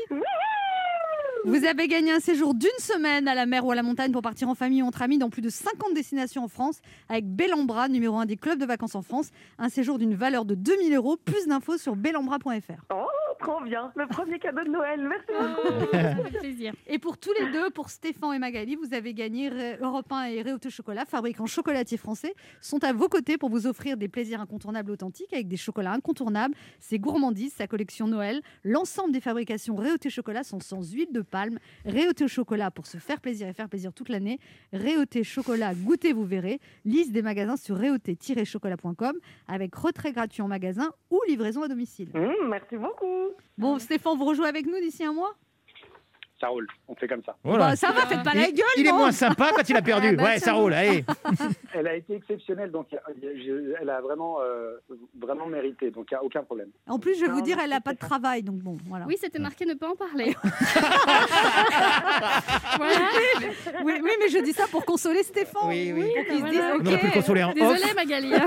[SPEAKER 3] Vous avez gagné un séjour d'une semaine à la mer ou à la montagne pour partir en famille ou entre amis dans plus de 50 destinations en France avec Bellambra, numéro 1 des clubs de vacances en France. Un séjour d'une valeur de 2000 euros. Plus d'infos sur bellambra.fr.
[SPEAKER 7] Oh, trop bien. Le premier cadeau de Noël. Merci beaucoup.
[SPEAKER 4] ça fait plaisir.
[SPEAKER 3] Et pour tous les deux, pour Stéphane et Magali, vous avez gagné Ré- Europe 1 et Réauto Chocolat, fabricants chocolatiers français, sont à vos côtés pour vous offrir des plaisirs incontournables authentiques avec des chocolats incontournables, ses gourmandises, sa collection Noël. L'ensemble des fabrications Réauto Chocolat sont sans huile de palme. Réauto Chocolat pour se faire plaisir et faire plaisir toute l'année. Réauté Chocolat, goûtez, vous verrez. Liste des magasins sur réauté-chocolat.com avec retrait gratuit en magasin ou livraison à domicile.
[SPEAKER 7] Mmh, merci beaucoup.
[SPEAKER 3] Bon, Stéphane, vous rejouez avec nous d'ici un mois
[SPEAKER 1] Ça roule, on fait comme ça.
[SPEAKER 6] Voilà.
[SPEAKER 3] Bah, Ça va, faites pas la
[SPEAKER 6] Oh Il-
[SPEAKER 3] gueule
[SPEAKER 6] Il est
[SPEAKER 3] non
[SPEAKER 6] moins sympa quand il a perdu.
[SPEAKER 4] Ah bah,
[SPEAKER 6] ouais,
[SPEAKER 4] ça
[SPEAKER 6] ça
[SPEAKER 4] roule.
[SPEAKER 6] roule, allez.
[SPEAKER 1] [LAUGHS] Elle a été exceptionnelle, donc il y a- il y a- je- elle a vraiment, euh, vraiment mérité, donc il n'y a aucun problème.
[SPEAKER 3] En plus, je vais vous
[SPEAKER 7] Non,
[SPEAKER 3] dire,
[SPEAKER 7] non,
[SPEAKER 3] elle n'a
[SPEAKER 7] c'est
[SPEAKER 3] pas de
[SPEAKER 7] ça.
[SPEAKER 3] travail, donc bon, voilà.
[SPEAKER 4] Oui, c'était marqué ne pas en parler. voilà.
[SPEAKER 3] [LAUGHS] oui, oui, mais je dis ça pour consoler Stéphane.
[SPEAKER 6] Oui, oui.
[SPEAKER 3] Pour qu'il se dise,
[SPEAKER 4] Voilà.
[SPEAKER 6] On aurait pu le
[SPEAKER 3] ok,
[SPEAKER 6] consoler en off.
[SPEAKER 4] Désolée, Magali. hein.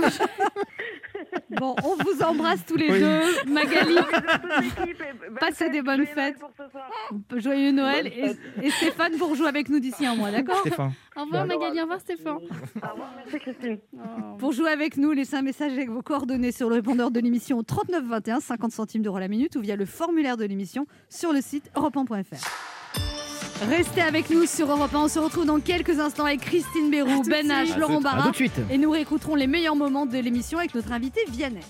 [SPEAKER 3] [LAUGHS] bon, on vous embrasse tous les
[SPEAKER 6] Oui.
[SPEAKER 3] deux. [LAUGHS] Magali,
[SPEAKER 7] Toute l'équipe et bonne
[SPEAKER 3] Passez
[SPEAKER 7] fête,
[SPEAKER 3] des bonnes
[SPEAKER 7] joyeux Noël
[SPEAKER 3] fêtes.
[SPEAKER 7] pour ce soir.
[SPEAKER 3] joyeux Noël. Et, et Stéphane, vous rejouez avec nous d'ici un mois, d'accord
[SPEAKER 6] Stéphane.
[SPEAKER 4] Au revoir, Magali. Au revoir, Stéphane.
[SPEAKER 7] Au revoir. Merci, Christine.
[SPEAKER 3] Euh, Pour jouer avec nous, laissez un message avec vos coordonnées sur le répondeur de l'émission au 39 21, 50 centimes d'euros la minute ou via le formulaire de l'émission sur le site europe1.fr. Restez avec nous sur Europe 1. On se retrouve dans quelques instants avec Christine Béroux, Ben H, Laurent
[SPEAKER 6] À
[SPEAKER 3] Barra.
[SPEAKER 6] tout de suite.
[SPEAKER 3] Et nous réécouterons les meilleurs moments de l'émission avec notre invité Vianney.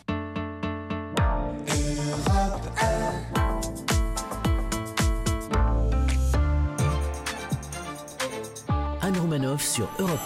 [SPEAKER 2] Anne Romanoff sur Europe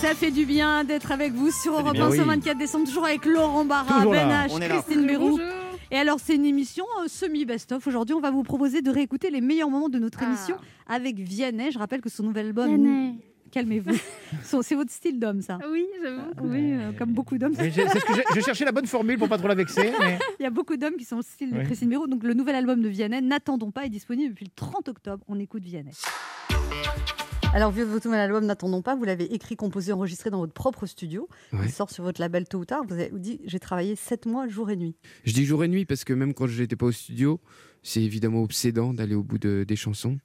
[SPEAKER 3] Ça fait du bien d'être avec vous sur Europe 1
[SPEAKER 5] bien,
[SPEAKER 3] ce
[SPEAKER 5] oui.
[SPEAKER 3] 24 décembre, toujours avec Laurent Barra,
[SPEAKER 6] Toujours
[SPEAKER 3] Ben
[SPEAKER 6] là,
[SPEAKER 3] H,
[SPEAKER 5] on est là.
[SPEAKER 3] Christine Béroux.
[SPEAKER 4] Bonjour.
[SPEAKER 3] Et alors, c'est une émission euh, semi-best-of. Aujourd'hui, on va vous proposer de réécouter les meilleurs moments de notre
[SPEAKER 4] Ah.
[SPEAKER 3] émission avec Vianney. Je rappelle que son nouvel album.
[SPEAKER 4] Vianney.
[SPEAKER 3] Calmez-vous. Son- c'est votre style d'homme, ça.
[SPEAKER 4] Oui, j'avoue.
[SPEAKER 3] Oui, euh, comme beaucoup d'hommes.
[SPEAKER 6] Et j'ai- c'est [LAUGHS] ce que j'ai- je cherchais la bonne formule pour pas trop la vexer. mais-
[SPEAKER 3] [LAUGHS] Il y a beaucoup d'hommes qui sont le style de
[SPEAKER 6] Oui.
[SPEAKER 3] Christine Béraud. Donc, le nouvel album de Vianney, N'attendons pas, est disponible depuis le 30 octobre. On écoute Vianney. Alors, vu votre nouvel album, N'attendons pas, vous l'avez écrit, composé, enregistré dans votre propre studio.
[SPEAKER 9] Ouais.
[SPEAKER 3] Il sort sur votre label tôt ou tard. Vous avez dit J'ai travaillé 7 mois, jour et nuit.
[SPEAKER 9] Je dis jour et nuit parce que même quand je n'étais pas au studio, c'est évidemment obsédant d'aller au bout de- des chansons.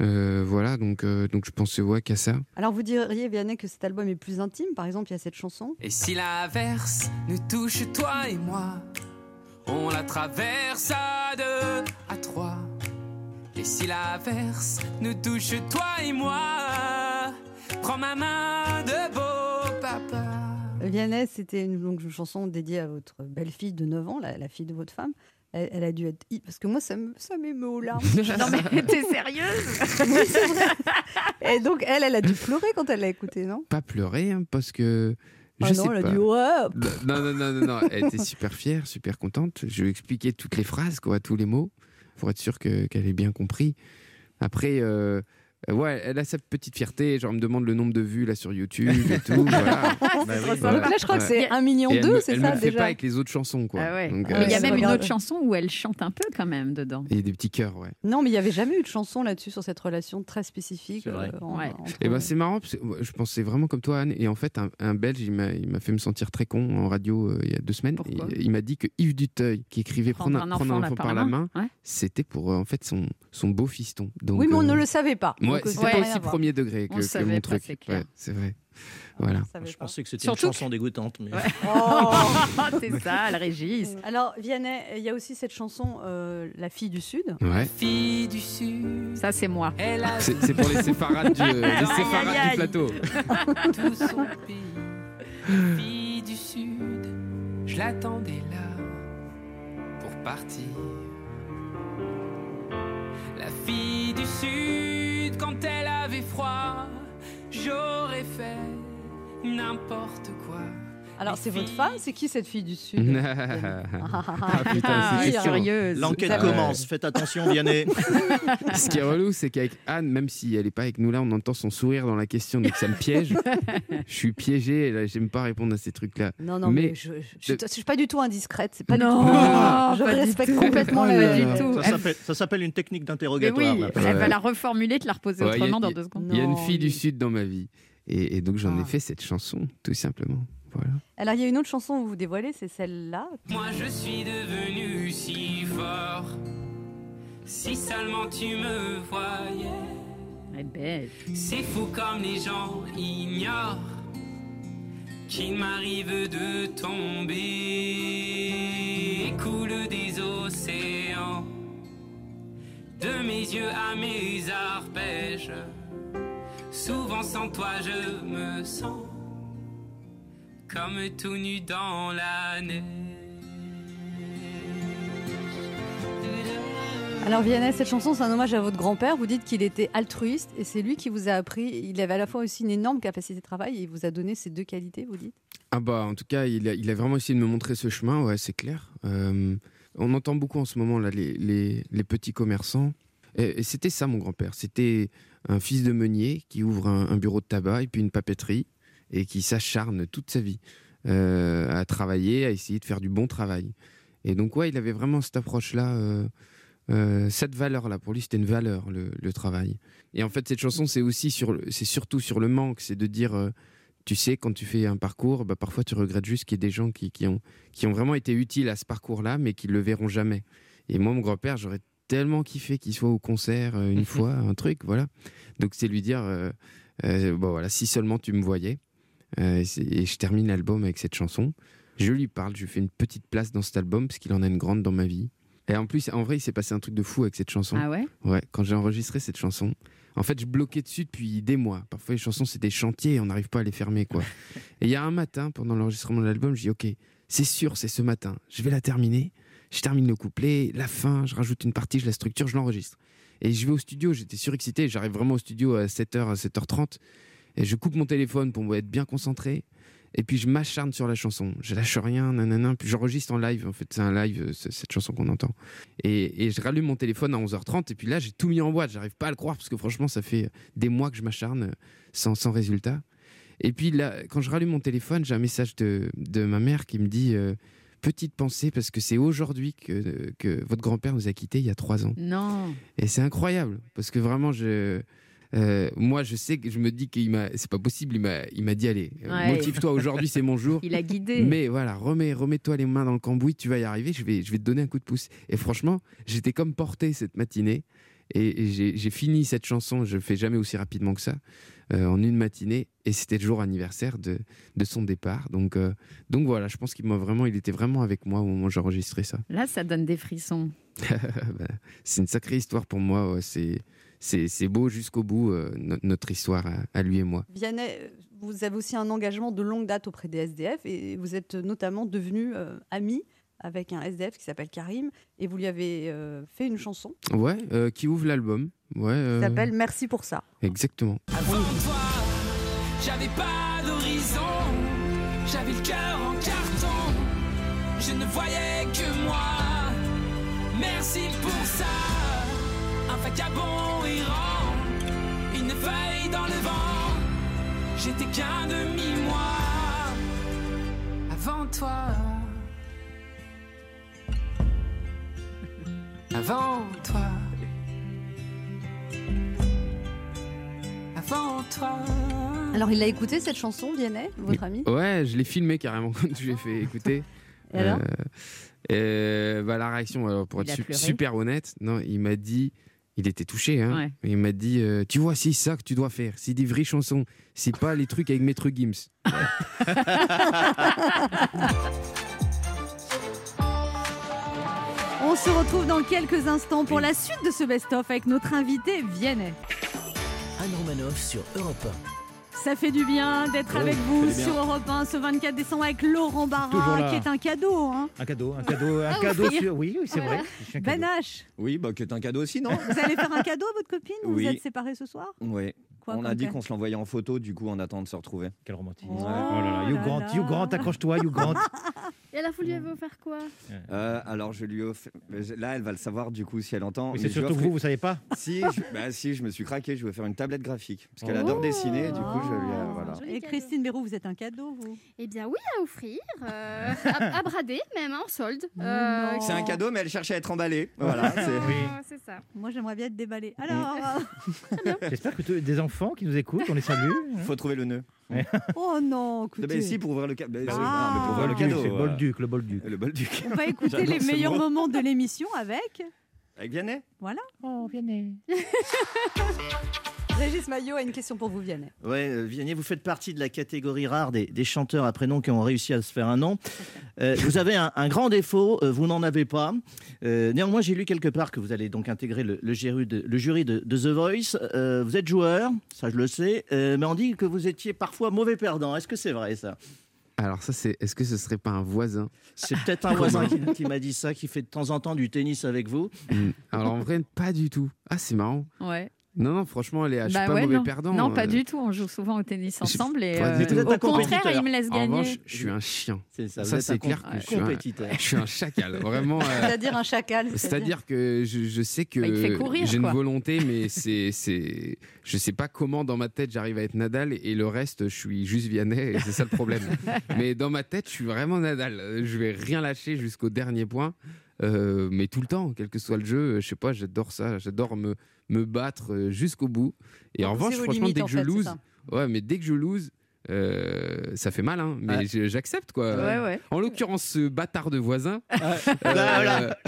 [SPEAKER 9] Euh, voilà, donc, euh, donc je pensais ouais, qu'à ça.
[SPEAKER 3] Alors, vous diriez, Vianney, que cet album est plus intime. Par exemple, il y a cette chanson.
[SPEAKER 10] Et si l'inverse nous touche toi et moi, on la traverse à deux, à trois. Et si l'inverse nous touche toi et moi, prends ma main de beau papa.
[SPEAKER 9] Ah.
[SPEAKER 3] Vianney, c'était une, donc, une chanson dédiée à votre belle-fille de 9 ans, la, la fille de votre femme. Elle, elle a dû être. hi- Parce que moi, ça me- ça m'émeut aux larmes.
[SPEAKER 9] [LAUGHS] non, mais...
[SPEAKER 3] T'es sérieuse Oui, c'est vrai. [LAUGHS] Et donc, elle, elle a dû pleurer quand elle l'a écouté, non
[SPEAKER 9] Pas pleurer hein, parce que. Je
[SPEAKER 3] Ah
[SPEAKER 9] sais
[SPEAKER 3] non, elle
[SPEAKER 9] pas.
[SPEAKER 3] a dit ouais.
[SPEAKER 9] Non, non, non, non, non, elle était super fière, super contente. Je lui expliquais toutes les phrases, quoi, tous les mots, pour être sûr que- qu'elle ait bien compris. Après, euh, Euh, ouais, elle a sa petite fierté. Genre, elle me demande le nombre de vues là sur YouTube et tout.
[SPEAKER 4] [LAUGHS]
[SPEAKER 3] [LAUGHS]
[SPEAKER 9] voilà.
[SPEAKER 3] C'est trop sympa. Donc là, je crois que c'est 1,2 million,
[SPEAKER 9] Bah Et elle me-
[SPEAKER 3] c'est
[SPEAKER 9] Elle
[SPEAKER 3] ça,
[SPEAKER 9] me le fait
[SPEAKER 3] déjà
[SPEAKER 9] pas avec les autres chansons, quoi.
[SPEAKER 3] Ah ouais.
[SPEAKER 9] Donc,
[SPEAKER 3] Ouais,
[SPEAKER 9] euh,
[SPEAKER 3] ouais,
[SPEAKER 4] Il y a
[SPEAKER 3] ça
[SPEAKER 4] même une
[SPEAKER 3] regarde.
[SPEAKER 4] autre chanson où elle chante un peu quand même dedans.
[SPEAKER 9] Il y a des petits cœurs, ouais.
[SPEAKER 3] Non, mais il n'y avait jamais eu de chanson là-dessus sur cette relation très spécifique. euh, en- entre-
[SPEAKER 9] Et ben c'est marrant, parce que moi, je pensais vraiment comme toi, Anne. Et en fait, un, un Belge, il m'a il m'a fait me sentir très con en radio euh, il y a deux semaines. Et il m'a dit que Yves Duteuil, qui écrivait Prendre, un, prendre un enfant par, la main,
[SPEAKER 3] Ouais.
[SPEAKER 9] c'était pour euh, en fait son, son beau fiston. Donc,
[SPEAKER 3] oui, mais on ne
[SPEAKER 9] euh,
[SPEAKER 3] le savait pas.
[SPEAKER 9] Ouais,
[SPEAKER 3] Donc,
[SPEAKER 9] c'était
[SPEAKER 3] ça n'a
[SPEAKER 9] pas
[SPEAKER 3] rien à
[SPEAKER 9] aussi
[SPEAKER 3] voir. Ah,
[SPEAKER 9] premier degré que,
[SPEAKER 3] On
[SPEAKER 9] que
[SPEAKER 3] savait
[SPEAKER 9] mon
[SPEAKER 3] pas,
[SPEAKER 9] truc.
[SPEAKER 3] c'est clair.
[SPEAKER 9] Ouais, c'est vrai. Voilà.
[SPEAKER 11] Je pensais que c'était
[SPEAKER 3] Surtout
[SPEAKER 11] une chanson dégoûtante. Mais...
[SPEAKER 4] [LAUGHS]
[SPEAKER 3] c'est
[SPEAKER 4] ça, le Régis.
[SPEAKER 3] Oh. Euh, Alors, Vianney, il y a aussi cette chanson euh, La fille du Sud.
[SPEAKER 9] Ouais.
[SPEAKER 4] Fille du Sud. Ça, c'est moi.
[SPEAKER 9] Ah, C'est c'est pour
[SPEAKER 4] [LAUGHS]
[SPEAKER 9] les
[SPEAKER 10] [LAUGHS]
[SPEAKER 9] séfarades du,
[SPEAKER 4] Aïe,
[SPEAKER 9] les
[SPEAKER 4] aïe,
[SPEAKER 9] séfarades du
[SPEAKER 4] aïe.
[SPEAKER 9] plateau.
[SPEAKER 10] Tout son pays, fille du sud, je l'attendais là pour partir. La fille du sud, quand elle avait froid, j'aurais fait n'importe quoi.
[SPEAKER 3] Alors, c'est votre femme C'est qui cette fille du Sud
[SPEAKER 9] [LAUGHS] [LAUGHS] Ah, putain, c'est
[SPEAKER 3] Oui, alors.
[SPEAKER 9] curieuse.
[SPEAKER 11] L'enquête
[SPEAKER 9] Ah ouais.
[SPEAKER 11] commence. Faites attention,
[SPEAKER 9] [LAUGHS]
[SPEAKER 11] Vianney.
[SPEAKER 9] Ce qui est relou, c'est qu'avec Anne, même si elle n'est pas avec nous là, on entend son sourire dans la question, donc ça me piège. Je suis piégé, et là, j'aime pas répondre à ces trucs-là.
[SPEAKER 3] Non, non, mais, je, je- je- je suis pas du tout indiscrète. C'est pas du tout.
[SPEAKER 4] Non,
[SPEAKER 3] je
[SPEAKER 4] pas du
[SPEAKER 3] respecte
[SPEAKER 4] tout.
[SPEAKER 9] Oh
[SPEAKER 3] complètement
[SPEAKER 4] Pas
[SPEAKER 3] la
[SPEAKER 4] du tout.
[SPEAKER 11] Ça
[SPEAKER 4] Elle-
[SPEAKER 11] s'appelle- Ça s'appelle une technique
[SPEAKER 4] Mais oui,
[SPEAKER 11] d'interrogatoire. là.
[SPEAKER 4] elle va la reformuler, te la reposer
[SPEAKER 9] Ouais, il y a-
[SPEAKER 4] autrement dans
[SPEAKER 9] il y a-
[SPEAKER 4] deux secondes.
[SPEAKER 9] Il y a une fille du Sud dans ma vie. Et, et donc j'en
[SPEAKER 3] Ah.
[SPEAKER 9] ai fait cette chanson, tout simplement. Voilà.
[SPEAKER 3] Alors, il y a une autre chanson où vous dévoilez, c'est celle-là.
[SPEAKER 10] Moi je suis devenu si fort, si seulement tu me voyais.
[SPEAKER 3] Eh ben,
[SPEAKER 10] C'est fou comme les gens ignorent qu'il m'arrive de tomber. Coule des océans, de mes yeux à mes arpèges. Souvent sans toi je me sens comme tout nu dans la neige.
[SPEAKER 3] Alors, Vianney, cette chanson, c'est un hommage à votre grand-père. Vous dites qu'il était altruiste et c'est lui qui vous a appris. Il avait à la fois aussi une énorme capacité de travail et il vous a donné ces deux qualités, vous dites
[SPEAKER 9] Ah bah en tout cas, il a, il a vraiment essayé de me montrer ce chemin, ouais, c'est clair. Euh, on entend beaucoup en ce moment là les, les- les petits commerçants. Et, et c'était ça mon grand-père, c'était un fils de meunier qui ouvre un, un bureau de tabac et puis une papeterie et qui s'acharne toute sa vie euh, à travailler, à essayer de faire du bon travail. Et donc ouais, il avait vraiment cette approche-là, euh, euh, cette valeur-là. Pour lui, c'était une valeur le, le travail. Et en fait, cette chanson, c'est aussi sur, le- c'est surtout sur le manque, c'est de dire, euh, tu sais, quand tu fais un parcours, bah, parfois tu regrettes juste qu'il y ait des gens qui, qui ont qui ont vraiment été utiles à ce parcours-là, mais qui le verront jamais. Et moi, mon grand-père, j'aurais tellement kiffé qu'il soit au concert euh, une fois, un truc, voilà. Donc c'est lui dire, euh, euh, bon voilà, si seulement tu me voyais. Euh, et, c'est- et je termine l'album avec cette chanson. Je lui parle, je lui fais une petite place dans cet album parce qu'il en a une grande dans ma vie. Et en plus, en vrai, il s'est passé un truc de fou avec cette chanson.
[SPEAKER 4] Ah ouais
[SPEAKER 9] Ouais, quand j'ai enregistré cette chanson, en fait, je bloquais dessus depuis des mois. Parfois, les chansons, c'est des chantiers et on n'arrive pas à les fermer, quoi. Et il y a un matin, pendant l'enregistrement de l'album, je dis Ok, c'est sûr, c'est ce matin. Je vais la terminer. Je termine le couplet, la fin, je rajoute une partie, je la structure, je l'enregistre. Et je vais au studio, j'étais surexcité. J'arrive vraiment au studio à 7h, à 7h30. Et je coupe mon téléphone pour être bien concentré. Et puis je m'acharne sur la chanson. Je lâche rien, nanana. Puis j'enregistre en live. En fait, c'est un live, euh, c'est- cette chanson qu'on entend. Et, et je rallume mon téléphone à 11h30. Et puis là, j'ai tout mis en boîte. J'arrive pas à le croire parce que franchement, ça fait des mois que je m'acharne euh, sans, sans résultat. Et puis là, quand je rallume mon téléphone, j'ai un message de, de ma mère qui me dit euh, Petite pensée, parce que c'est aujourd'hui que, euh, que votre grand-père nous a quittés il y a trois ans.
[SPEAKER 4] Non.
[SPEAKER 9] Et c'est incroyable parce que vraiment, je, euh, moi, je sais que je me dis qu'il m'a, c'est pas possible, il m'a, il m'a dit allez, euh,
[SPEAKER 4] Ouais.
[SPEAKER 9] motive-toi aujourd'hui, c'est mon jour.
[SPEAKER 4] [LAUGHS] Il a guidé.
[SPEAKER 9] Mais voilà, remets, remets-toi les mains dans le cambouis, tu vas y arriver. Je vais, je vais te donner un coup de pouce. Et franchement, j'étais comme porté cette matinée. Et et j'ai j'ai fini cette chanson, je le fais jamais aussi rapidement que ça, euh, en une matinée. Et c'était le jour anniversaire de, de son départ. Donc, euh, donc voilà, je pense qu'il m'a vraiment, il était vraiment avec moi au moment où j'enregistrais ça.
[SPEAKER 4] Là, ça donne des frissons.
[SPEAKER 9] [LAUGHS] Bah, c'est une sacrée histoire pour moi. ouais. C'est, c'est, c'est beau jusqu'au bout, euh, no- notre histoire à, à lui et moi.
[SPEAKER 3] Vianney, euh, vous avez aussi un engagement de longue date auprès des SDF et vous êtes notamment devenu euh, ami avec un SDF qui s'appelle Karim et vous lui avez euh, fait une chanson
[SPEAKER 9] Ouais, euh, qui ouvre l'album.
[SPEAKER 3] qui
[SPEAKER 9] Ouais, euh,
[SPEAKER 3] s'appelle Merci pour ça.
[SPEAKER 9] Exactement.
[SPEAKER 10] J'avais pas d'horizon, j'avais le cœur en carton, je ne voyais que moi. Merci pour ça, un vagabond errant, une veille dans le vent, j'étais qu'un demi-moi avant toi. Avant toi. Avant toi.
[SPEAKER 12] Alors, il a écouté cette chanson, Vianney, votre ami
[SPEAKER 9] Ouais, je l'ai filmé carrément quand je
[SPEAKER 12] [LAUGHS]
[SPEAKER 9] l'ai fait écouter.
[SPEAKER 12] Et alors
[SPEAKER 9] euh, bah, La réaction, alors, pour
[SPEAKER 12] Il
[SPEAKER 9] être
[SPEAKER 12] a
[SPEAKER 9] su-
[SPEAKER 12] pleuré.
[SPEAKER 9] super honnête, non, il m'a dit. Il était touché, hein.
[SPEAKER 13] Ouais.
[SPEAKER 9] Il m'a dit euh, Tu vois, c'est ça que tu dois faire. C'est des vraies chansons. C'est pas les trucs avec Maître Gims.
[SPEAKER 12] [LAUGHS]
[SPEAKER 3] On se retrouve dans quelques instants pour la suite de ce best-of avec notre invité Vianney.
[SPEAKER 2] Anne Romanoff sur Europe
[SPEAKER 3] Ça fait du bien d'être
[SPEAKER 2] Oh,
[SPEAKER 3] avec
[SPEAKER 2] ça
[SPEAKER 3] vous
[SPEAKER 2] fait du bien.
[SPEAKER 3] sur Europe 1 ce 24 décembre avec Laurent
[SPEAKER 6] Toujours là.
[SPEAKER 3] Barra qui est un cadeau. hein.
[SPEAKER 6] Un cadeau, un cadeau,
[SPEAKER 5] Euh,
[SPEAKER 6] un
[SPEAKER 3] Ah,
[SPEAKER 6] cadeau
[SPEAKER 3] offrir.
[SPEAKER 6] sur. Oui, oui, c'est
[SPEAKER 3] Voilà.
[SPEAKER 6] vrai. Je suis un
[SPEAKER 3] Ben
[SPEAKER 6] cadeau.
[SPEAKER 3] H,
[SPEAKER 5] Oui, bah, qui est un cadeau aussi, non
[SPEAKER 3] vous allez faire un cadeau à votre copine ou
[SPEAKER 5] Oui.
[SPEAKER 3] Vous êtes séparés ce soir
[SPEAKER 5] Oui.
[SPEAKER 3] Quoi
[SPEAKER 5] on a
[SPEAKER 3] comme
[SPEAKER 5] dit
[SPEAKER 3] cas
[SPEAKER 5] qu'on se l'envoyait en photo, du coup, en attendant de se retrouver.
[SPEAKER 6] Quel romantisme.
[SPEAKER 5] Ouais.
[SPEAKER 6] Oh là là, You Grant, You Grant, accroche-toi, You Grant.
[SPEAKER 4] Et à la fois, lui, elle veut faire quoi
[SPEAKER 5] Euh, alors, je lui offre. Là, elle va le savoir, du coup, si elle entend.
[SPEAKER 6] Mais
[SPEAKER 5] mais
[SPEAKER 6] c'est
[SPEAKER 5] je lui
[SPEAKER 6] surtout
[SPEAKER 5] offre-
[SPEAKER 6] vous, vous savez pas
[SPEAKER 5] Si je... bah, si, je me suis craqué, je vais faire une tablette graphique. Parce qu'elle adore dessiner, du coup, je lui. euh,
[SPEAKER 4] Oh,
[SPEAKER 5] voilà.
[SPEAKER 3] Et Christine Béroux, vous êtes un cadeau, vous
[SPEAKER 4] Eh bien, oui, à offrir,
[SPEAKER 9] [LAUGHS]
[SPEAKER 4] euh, à, à brader, même, hein, en solde. Euh,
[SPEAKER 5] C'est un cadeau, mais elle cherche à être emballée. Voilà. c'est-
[SPEAKER 4] euh, C'est ça.
[SPEAKER 3] Moi, j'aimerais bien être déballée. Alors, euh,
[SPEAKER 6] J'espère que tu- des enfants qui nous écoutent, on les salue. hein.
[SPEAKER 5] Faut trouver le nœud.
[SPEAKER 3] oh non,
[SPEAKER 5] Ah,
[SPEAKER 3] écoutez.
[SPEAKER 5] bah, si, pour ouvrir le, ca- bah,
[SPEAKER 3] Ah.
[SPEAKER 5] c'est- non, mais pour ouvrir le
[SPEAKER 6] Bolduc,
[SPEAKER 5] cadeau. euh,
[SPEAKER 6] c'est
[SPEAKER 5] voilà.
[SPEAKER 6] Bolduc, le Bolduc.
[SPEAKER 5] Le Bolduc.
[SPEAKER 3] On va écouter
[SPEAKER 5] J'adore
[SPEAKER 3] les
[SPEAKER 5] ce
[SPEAKER 3] meilleurs
[SPEAKER 5] mot.
[SPEAKER 3] moments de l'émission avec.
[SPEAKER 5] Avec Vianney
[SPEAKER 3] Voilà.
[SPEAKER 6] Oh,
[SPEAKER 3] [LAUGHS]
[SPEAKER 6] Vianney.
[SPEAKER 12] Régis Maillot a une question pour vous, Vianney.
[SPEAKER 11] Ouais, euh, Vianney, vous faites partie de la catégorie rare des, des chanteurs à prénom qui ont réussi à se faire un nom. Euh, vous avez un, un grand défaut, euh, vous n'en avez pas. Euh, néanmoins, j'ai lu quelque part que vous allez donc intégrer le, le jury de, le jury de- de The Voice. Euh, vous êtes joueur, ça je le sais, euh, mais on dit que vous étiez parfois mauvais perdant. Est-ce que c'est vrai ça
[SPEAKER 9] Alors, ça, c'est. Est-ce que ce serait pas un voisin
[SPEAKER 11] C'est peut-être un voisin qui, qui m'a dit ça, qui fait de temps en temps du tennis avec vous.
[SPEAKER 9] Hmm. Alors, en vrai, pas du tout. Ah, c'est marrant.
[SPEAKER 13] Ouais.
[SPEAKER 9] Non, non, franchement, elle est, Ah, je suis
[SPEAKER 13] Bah
[SPEAKER 9] pas
[SPEAKER 13] ouais,
[SPEAKER 9] mauvais
[SPEAKER 13] non.
[SPEAKER 9] perdant.
[SPEAKER 13] Non, pas
[SPEAKER 9] euh,
[SPEAKER 13] du tout. On joue souvent au tennis ensemble et
[SPEAKER 9] pas du
[SPEAKER 13] euh,
[SPEAKER 9] tout. Vous êtes
[SPEAKER 13] au
[SPEAKER 9] un
[SPEAKER 13] contraire,
[SPEAKER 9] compétiteur.
[SPEAKER 13] il me laisse
[SPEAKER 9] En
[SPEAKER 13] gagner.
[SPEAKER 9] revanche, je suis un chien.
[SPEAKER 11] C'est ça, vous êtes un
[SPEAKER 9] c'est clair
[SPEAKER 11] comp-
[SPEAKER 9] que je suis,
[SPEAKER 11] compétiteur.
[SPEAKER 9] un, je suis un chacal. Vraiment. euh,
[SPEAKER 12] C'est-à-dire un chacal.
[SPEAKER 9] C'est-à-dire que je, je sais que
[SPEAKER 12] Bah, il te fait courir,
[SPEAKER 9] j'ai une
[SPEAKER 12] quoi.
[SPEAKER 9] volonté, mais c'est c'est je sais pas comment dans ma tête j'arrive à être Nadal et le reste je suis juste Vianney et c'est ça le problème. mais dans ma tête je suis vraiment Nadal. Euh, Je vais rien lâcher jusqu'au dernier point, Euh, mais tout le temps, quel que soit le jeu, euh, je sais pas, j'adore ça, j'adore me me battre euh, jusqu'au bout. Et en
[SPEAKER 14] Pousser
[SPEAKER 9] revanche,
[SPEAKER 14] vos
[SPEAKER 9] franchement,
[SPEAKER 14] limites,
[SPEAKER 9] dès
[SPEAKER 14] en
[SPEAKER 9] que je
[SPEAKER 14] fait, c'est
[SPEAKER 9] lose,
[SPEAKER 14] ça.
[SPEAKER 9] ouais, mais dès que je lose. euh, ça fait mal, hein, mais je- j'accepte quoi.
[SPEAKER 14] Ouais, ouais.
[SPEAKER 9] En l'occurrence, ce bâtard de voisin, euh,
[SPEAKER 14] Voilà.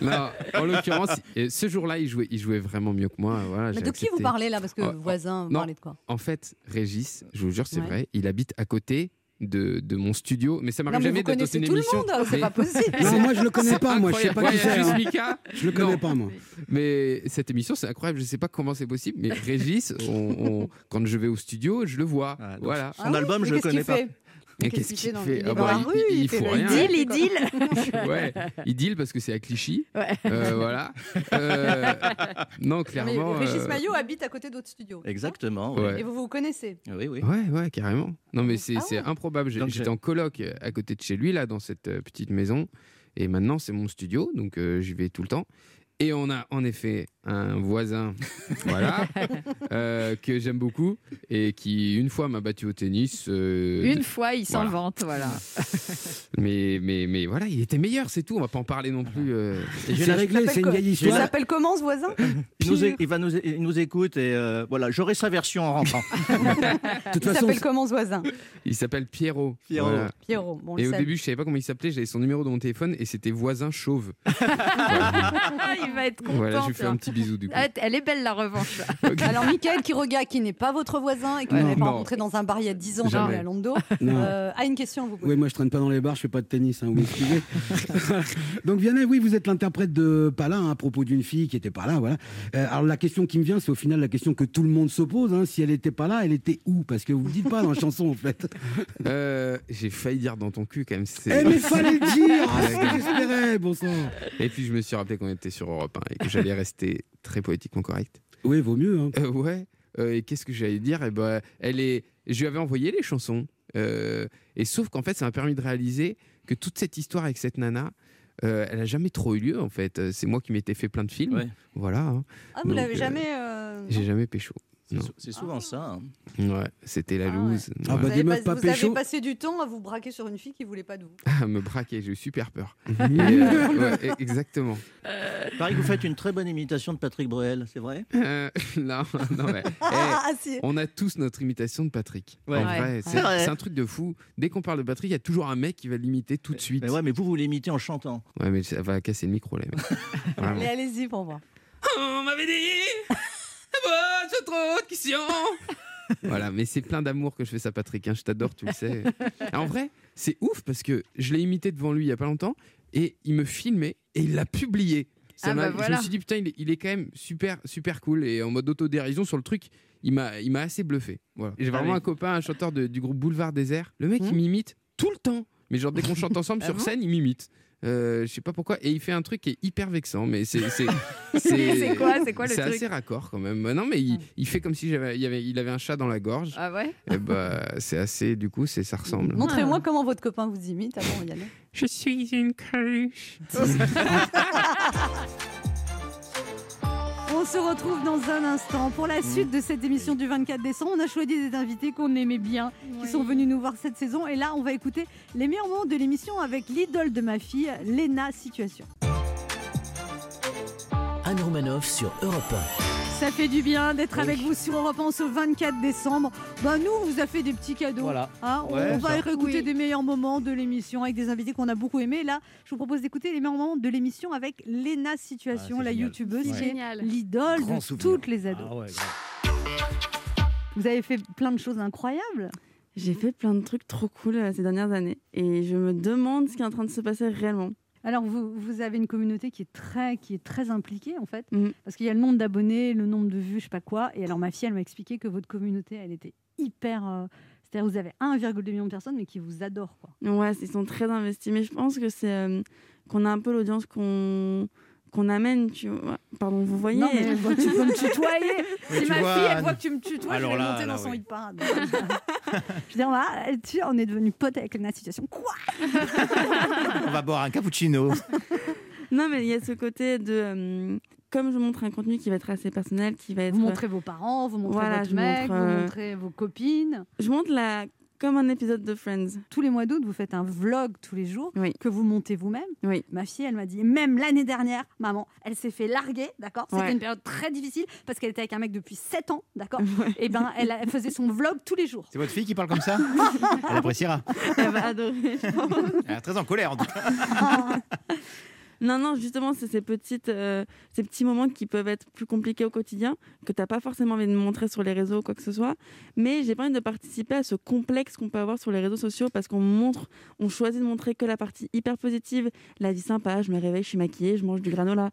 [SPEAKER 9] non, en l'occurrence, et ce jour-là, il jouait, il jouait vraiment mieux que moi. Voilà,
[SPEAKER 12] Mais
[SPEAKER 9] Ah, j'ai
[SPEAKER 12] de qui
[SPEAKER 9] accepté.
[SPEAKER 12] vous parlez là Parce que
[SPEAKER 9] Oh, oh,
[SPEAKER 12] voisin, vous
[SPEAKER 9] non.
[SPEAKER 12] parlez de quoi
[SPEAKER 9] En fait, Régis, je vous jure, c'est
[SPEAKER 12] Ouais.
[SPEAKER 9] vrai, il habite à côté. De, de mon studio, mais ça
[SPEAKER 12] Non,
[SPEAKER 9] m'arrive
[SPEAKER 12] mais vous
[SPEAKER 9] jamais d'être dans
[SPEAKER 12] connaissez
[SPEAKER 9] une
[SPEAKER 12] tout le
[SPEAKER 9] émission.
[SPEAKER 12] monde, hein, c'est
[SPEAKER 9] mais-
[SPEAKER 12] pas possible.
[SPEAKER 9] mais
[SPEAKER 15] Non,
[SPEAKER 9] [LAUGHS] c'est-
[SPEAKER 15] moi, je le connais
[SPEAKER 9] c'est
[SPEAKER 15] pas, moi, je sais pas
[SPEAKER 9] incroyable.
[SPEAKER 15] qui c'est,
[SPEAKER 9] Ouais, il y a
[SPEAKER 15] hein.
[SPEAKER 9] juste Mika.
[SPEAKER 15] Je le connais pas, moi.
[SPEAKER 9] Mais cette émission, c'est incroyable. Je sais pas comment c'est possible, mais Régis, on- on- quand je vais au studio, je le vois.
[SPEAKER 11] donc
[SPEAKER 9] voilà.
[SPEAKER 11] son Ah oui, album, je mais le qu'est-ce connais qu'il pas. fait
[SPEAKER 9] Mais
[SPEAKER 11] Qu'est-ce
[SPEAKER 9] qu'est-ce
[SPEAKER 11] qu'il
[SPEAKER 9] qu'il
[SPEAKER 11] fait dans-
[SPEAKER 9] fait
[SPEAKER 11] il est
[SPEAKER 9] Ah
[SPEAKER 11] dans
[SPEAKER 9] bah,
[SPEAKER 11] la
[SPEAKER 9] il-
[SPEAKER 11] rue,
[SPEAKER 9] il-
[SPEAKER 11] il
[SPEAKER 9] Il
[SPEAKER 11] fait
[SPEAKER 9] faut
[SPEAKER 11] le
[SPEAKER 9] rien.
[SPEAKER 11] deal,
[SPEAKER 13] il
[SPEAKER 9] [LAUGHS]
[SPEAKER 12] [LAUGHS]
[SPEAKER 13] deal.
[SPEAKER 9] Ouais, il deal parce que c'est à Clichy.
[SPEAKER 13] Ouais.
[SPEAKER 9] Euh, voilà. Euh, non,
[SPEAKER 12] Mais
[SPEAKER 9] clairement.
[SPEAKER 12] Régis
[SPEAKER 9] euh,
[SPEAKER 12] Maillot habite à côté d'autres studios.
[SPEAKER 11] Exactement.
[SPEAKER 9] Ah ouais.
[SPEAKER 12] Et vous Ah vous connaissez
[SPEAKER 11] Oui, oui.
[SPEAKER 9] Ouais, ouais, carrément. Non, mais c'est c'est improbable. J'ai- J'étais en coloc euh, à côté de chez lui, là, dans cette euh, petite maison. Et maintenant, c'est mon studio, donc euh, j'y vais tout le temps. Et on a en effet un
[SPEAKER 12] [LAUGHS]
[SPEAKER 9] voisin, voilà, euh, que j'aime beaucoup et qui une fois m'a battu au tennis. euh,
[SPEAKER 13] Une fois, il s'en
[SPEAKER 9] voilà.
[SPEAKER 13] vante, voilà.
[SPEAKER 9] Mais, mais, mais voilà, il était meilleur, c'est tout. On va pas en parler non plus. euh.
[SPEAKER 11] Je l'ai réglé,
[SPEAKER 12] S'appelle co- Il s'appelle comment ce
[SPEAKER 15] [LAUGHS]
[SPEAKER 12] voisin
[SPEAKER 11] Il nous, é- il va nous, é- il nous écoute et euh, voilà, j'aurai sa version en
[SPEAKER 16] [LAUGHS]
[SPEAKER 11] rentrant.
[SPEAKER 12] Il s'appelle comment ce voisin
[SPEAKER 9] Il s'appelle Pierrot.
[SPEAKER 12] Pierrot. Pierrot, bon, on le
[SPEAKER 9] et au
[SPEAKER 12] salue. [LAUGHS]
[SPEAKER 9] début, je savais pas comment il s'appelait. J'avais son numéro dans mon téléphone et c'était voisin chauve.
[SPEAKER 13] il va être content.
[SPEAKER 9] Voilà, je lui fais
[SPEAKER 13] tiens.
[SPEAKER 9] un petit bisou du coup.
[SPEAKER 13] Ah, Elle est belle la revanche. là.
[SPEAKER 12] [LAUGHS] Alors, Michael Quiroga, qui n'est pas votre voisin et que vous
[SPEAKER 15] Ouais.
[SPEAKER 12] n'avez pas
[SPEAKER 15] Non.
[SPEAKER 12] rencontré dans un bar il y a 10 ans,
[SPEAKER 15] Jamais.
[SPEAKER 12] à Londo,
[SPEAKER 15] Non.
[SPEAKER 12] euh, a une question à vous poser.
[SPEAKER 15] Oui, moi je traîne pas dans les bars, je fais pas de tennis, hein, vous m'excusez. [LAUGHS] Donc Vianney, oui, vous êtes l'interprète de Palin hein, à propos d'une fille qui était pas là, voilà. Euh, alors la question qui me vient, c'est au final la question que tout le monde se pose, hein, si elle était pas là, elle était où Parce que vous le dites pas dans la chanson en fait.
[SPEAKER 9] Euh, J'ai failli dire dans ton cul quand même. c'est-
[SPEAKER 15] Eh mais fallait le dire Ah, c'est ce que J'espérais, bon sang
[SPEAKER 9] [LAUGHS] Et puis je me suis rappelé qu'on était sur Europe 1 et que j'allais rester très poétiquement correct.
[SPEAKER 15] Oui, vaut mieux. hein.
[SPEAKER 9] Euh, ouais. Euh, et qu'est-ce que j'allais dire Eh ben, elle est. Je lui avais envoyé les chansons. Euh, et sauf qu'en fait, ça m'a permis de réaliser que toute cette histoire avec cette nana. euh, elle a jamais trop eu lieu en fait. Euh, C'est moi qui m'étais fait plein de films. Voilà. hein.
[SPEAKER 12] Ah, vous
[SPEAKER 9] Donc,
[SPEAKER 12] l'avez
[SPEAKER 9] euh,
[SPEAKER 12] jamais. euh,
[SPEAKER 9] J'ai jamais pécho. Non.
[SPEAKER 11] C'est souvent ça. hein.
[SPEAKER 9] Ouais, c'était la loose.
[SPEAKER 15] Ah bah,
[SPEAKER 9] Ouais.
[SPEAKER 12] Vous, avez, pas- vous avez
[SPEAKER 15] pécho.
[SPEAKER 12] passé du temps à vous braquer sur une fille qui voulait pas de vous.
[SPEAKER 9] [LAUGHS] à me braquer, j'ai eu super peur.
[SPEAKER 15] [LAUGHS]
[SPEAKER 9] Et,
[SPEAKER 12] [LAUGHS]
[SPEAKER 9] euh, ouais, e-
[SPEAKER 11] [LAUGHS]
[SPEAKER 9] exactement.
[SPEAKER 11] Pareil que vous faites une très bonne imitation de Patrick Bruel, c'est vrai
[SPEAKER 16] [LAUGHS]
[SPEAKER 9] Euh, non, non, mais,
[SPEAKER 12] Ah,
[SPEAKER 9] eh, on a tous notre imitation de Patrick.
[SPEAKER 11] Ouais.
[SPEAKER 9] En
[SPEAKER 11] Ouais.
[SPEAKER 9] vrai,
[SPEAKER 11] C'est
[SPEAKER 9] c'est
[SPEAKER 11] vrai.
[SPEAKER 9] c'est un truc de fou. Dès qu'on parle de Patrick, il y a toujours un mec qui va l'imiter tout de suite.
[SPEAKER 11] Mais ouais, mais vous, vous l'imitez en chantant.
[SPEAKER 9] Ouais, mais ça va casser le micro, les
[SPEAKER 11] [LAUGHS]
[SPEAKER 9] mecs. Vraiment.
[SPEAKER 12] Allez, allez-y pour moi.
[SPEAKER 9] On m'avait dit Bonne trop de questions Voilà, mais c'est plein d'amour que je fais ça, Patrick. hein. Je t'adore, tu le sais. Et en vrai, c'est ouf parce que je l'ai imité devant lui il y a pas longtemps et il me filmait et il l'a publié. Ça
[SPEAKER 13] Ah
[SPEAKER 9] m'a-
[SPEAKER 13] bah
[SPEAKER 9] Je
[SPEAKER 13] voilà.
[SPEAKER 9] me suis dit, putain, il est, il est quand même super, super cool et en mode autodérision sur le truc. Il m'a il m'a assez bluffé. Voilà. Hum. J'ai vraiment
[SPEAKER 13] oui.
[SPEAKER 9] un copain, un chanteur de- du groupe Boulevard Désert. Le mec, il m'imite tout le temps. Mais genre, dès qu'on chante [LAUGHS] ensemble
[SPEAKER 13] Ah
[SPEAKER 9] sur
[SPEAKER 13] bon
[SPEAKER 9] scène, il m'imite. Euh, je sais pas pourquoi. Et il fait un truc qui est hyper vexant, mais c'est. [LAUGHS] C'est
[SPEAKER 13] C'est quoi C'est quoi le
[SPEAKER 9] C'est
[SPEAKER 13] truc
[SPEAKER 9] assez raccord quand même. Bah Non, mais il, il fait comme si j'avais, il, y avait, il avait un chat dans la gorge.
[SPEAKER 13] Ah ouais
[SPEAKER 9] Et bah, c'est assez. Du coup, c'est, ça ressemble.
[SPEAKER 12] Montrez-moi comment votre copain vous imite avant, Yann.
[SPEAKER 9] Ah. Je suis une cruche.
[SPEAKER 3] [LAUGHS] On se retrouve dans un instant pour la suite de cette émission du 24 décembre. On a choisi des invités qu'on aimait bien, qui sont venus nous voir cette saison. Et là, on va écouter les meilleurs moments de l'émission avec l'idole de ma fille, Léna Situation.
[SPEAKER 2] Anne Romanoff sur Europe
[SPEAKER 3] Ça fait du bien d'être avec vous sur Europe 1 ce 24 décembre. Ben nous, on vous a fait des petits cadeaux.
[SPEAKER 2] Voilà.
[SPEAKER 3] Hein, on-
[SPEAKER 2] Ouais,
[SPEAKER 3] on va
[SPEAKER 2] ça.
[SPEAKER 3] réécouter
[SPEAKER 2] Oui.
[SPEAKER 3] des meilleurs moments de l'émission avec des invités qu'on a beaucoup aimés. Là, je vous propose d'écouter les meilleurs moments de l'émission avec Léna Situation, la youtubeuse
[SPEAKER 4] Ah, C'est
[SPEAKER 3] qui
[SPEAKER 4] génial.
[SPEAKER 3] est l'idole de
[SPEAKER 4] Grand souvenir.
[SPEAKER 3] toutes les
[SPEAKER 6] Ah
[SPEAKER 3] ados. Vous avez fait plein de choses incroyables.
[SPEAKER 14] J'ai fait plein de trucs trop cool euh, ces dernières années et je me demande ce qui est en train de se passer réellement.
[SPEAKER 3] Alors vous, vous avez une communauté qui est très, qui est très impliquée en fait,
[SPEAKER 4] Mm.
[SPEAKER 3] parce qu'il y a le nombre d'abonnés, le nombre de vues, je sais pas quoi. Et alors ma fille, elle m'a expliqué que votre communauté, elle était hyper, euh, c'est-à-dire vous avez 1,2 million de personnes, mais qui vous adorent quoi.
[SPEAKER 14] Ouais, ils sont très investis, mais je pense que c'est euh, qu'on a un peu l'audience qu'on qu'on amène, tu vois. Pardon, vous voyez
[SPEAKER 3] Non, mais elle voit que tu peux me tutoyer.
[SPEAKER 14] Mais
[SPEAKER 3] si
[SPEAKER 14] tu
[SPEAKER 3] ma
[SPEAKER 14] vois,
[SPEAKER 3] fille, elle
[SPEAKER 14] Anne.
[SPEAKER 3] voit que tu me tutoies,
[SPEAKER 14] Alors
[SPEAKER 3] je vais
[SPEAKER 14] là,
[SPEAKER 3] monter
[SPEAKER 14] là,
[SPEAKER 3] dans son
[SPEAKER 14] oui.
[SPEAKER 3] hit parade. je dis, on, va, tu, on est devenu pote avec la situation. Quoi
[SPEAKER 11] On va boire un cappuccino.
[SPEAKER 14] Non, mais il y a ce côté de euh, comme je montre un contenu qui va être assez personnel, qui va être
[SPEAKER 3] Vous montrez vos parents, vous montrez
[SPEAKER 14] Voilà,
[SPEAKER 3] votre
[SPEAKER 14] je
[SPEAKER 3] mec,
[SPEAKER 14] montre, euh,
[SPEAKER 3] vous montrez vos copines.
[SPEAKER 14] Je montre la comme un épisode de Friends.
[SPEAKER 3] Tous les mois d'août, vous faites un vlog tous les jours que vous montez vous-même. Ma fille, elle m'a dit, même l'année dernière, maman, elle s'est fait larguer, d'accord C'était
[SPEAKER 14] Ouais.
[SPEAKER 3] une période très difficile parce qu'elle était avec un mec depuis 7 ans, d'accord Et ben, elle, elle faisait son vlog tous les jours.
[SPEAKER 16] C'est votre fille qui parle comme ça Elle appréciera.
[SPEAKER 3] Eh
[SPEAKER 14] Elle
[SPEAKER 3] ben.
[SPEAKER 14] va adorer. euh, je pense.
[SPEAKER 16] Elle est très en colère en tout cas.
[SPEAKER 14] Non, non, justement, c'est ces, petites, euh, ces petits moments qui peuvent être plus compliqués au quotidien, que tu n'as pas forcément envie de montrer sur les réseaux ou quoi que ce soit. Mais j'ai pas envie de participer à ce complexe qu'on peut avoir sur les réseaux sociaux parce qu'on montre, on choisit de montrer que la partie hyper positive, la vie sympa, je me réveille, je suis maquillée, je mange du granola.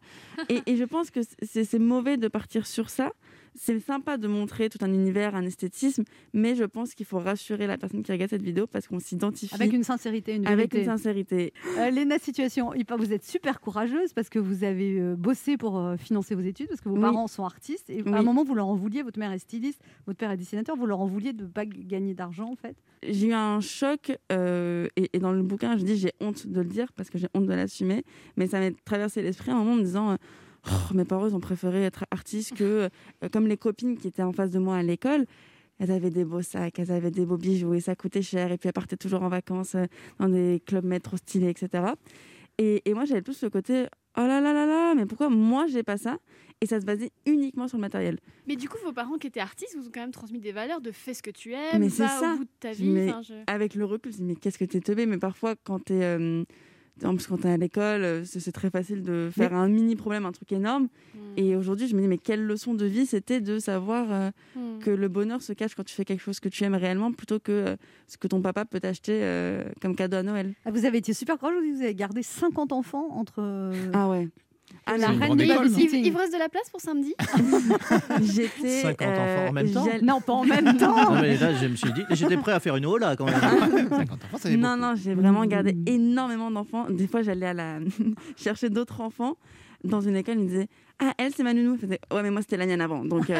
[SPEAKER 14] Et, et je pense que c'est c'est mauvais de partir sur ça. C'est sympa de montrer tout un univers, un esthétisme, mais je pense qu'il faut rassurer la personne qui regarde cette vidéo parce qu'on s'identifie.
[SPEAKER 3] Avec une sincérité, une
[SPEAKER 14] Avec
[SPEAKER 3] vérité.
[SPEAKER 14] une sincérité.
[SPEAKER 3] Euh, Léna, situation, Ipa, vous êtes super courageuse parce que vous avez euh, bossé pour euh, financer vos études, parce que vos
[SPEAKER 14] Oui.
[SPEAKER 3] parents sont artistes. Et à un
[SPEAKER 14] Oui.
[SPEAKER 3] moment, vous leur en vouliez, votre mère est styliste, votre père est dessinateur, vous leur en vouliez de ne pas g- gagner d'argent, en fait.
[SPEAKER 14] j'ai eu un choc euh, et, et dans le bouquin je dis j'ai honte de le dire parce que j'ai honte de l'assumer mais ça m'a traversé l'esprit à un moment en me disant euh, Oh, mes parents ils ont préféré être artistes que euh, comme les copines qui étaient en face de moi à l'école elles avaient des beaux sacs, elles avaient des beaux bijoux et ça coûtait cher et puis elles partaient toujours en vacances euh, dans des clubs maîtres trop stylés etc et, et moi j'avais plus le côté oh là là là là mais pourquoi moi j'ai pas ça et ça se basait uniquement sur le matériel
[SPEAKER 4] Mais du coup, vos parents qui étaient artistes vous ont quand même transmis des valeurs de fais ce que tu aimes,
[SPEAKER 14] mais c'est
[SPEAKER 4] va
[SPEAKER 14] ça.
[SPEAKER 4] au bout de ta
[SPEAKER 14] Je
[SPEAKER 4] vie.
[SPEAKER 14] me-
[SPEAKER 4] enfin, je-
[SPEAKER 14] Avec le recul, je me dis, mais qu'est-ce que t'es teubé Mais parfois, quand t'es. euh, en plus, quand t'es à l'école, euh, c'est c'est très facile de faire
[SPEAKER 13] Mais-
[SPEAKER 14] un mini problème, un truc énorme.
[SPEAKER 4] Mmh.
[SPEAKER 14] Et aujourd'hui, je me dis, mais quelle leçon de vie c'était de savoir euh,
[SPEAKER 4] Mmh.
[SPEAKER 13] Mm.
[SPEAKER 14] que le bonheur se cache quand tu fais quelque chose que tu aimes réellement plutôt que euh, ce que ton papa peut t'acheter euh, comme cadeau à Noël.
[SPEAKER 3] Ah, Vous avez été super courageuse, vous avez gardé 50 enfants entre. euh,
[SPEAKER 14] Ah ouais.
[SPEAKER 3] Ah, la reine
[SPEAKER 4] Mais
[SPEAKER 3] des
[SPEAKER 14] hein.
[SPEAKER 4] il,
[SPEAKER 3] babysitting.
[SPEAKER 4] il vous reste de la place pour
[SPEAKER 3] [LAUGHS]
[SPEAKER 4] samedi
[SPEAKER 14] J'étais.
[SPEAKER 11] 50 enfants en même temps
[SPEAKER 14] euh, j'allais-
[SPEAKER 3] Non, pas en
[SPEAKER 14] [LAUGHS]
[SPEAKER 3] même temps Ah,
[SPEAKER 11] Non, mais là, je me suis dit, j'étais prêt à faire une hola quand même.
[SPEAKER 3] Mmh.
[SPEAKER 14] [LAUGHS] Non, non, j'ai vraiment gardé énormément d'enfants. Des fois, j'allais à la... chercher d'autres enfants. dans une école, il me disait Ah, elle, c'est ma nounou. Je faisais, ouais, mais moi, c'était la nienne avant. Donc,
[SPEAKER 3] [LAUGHS]
[SPEAKER 14] euh,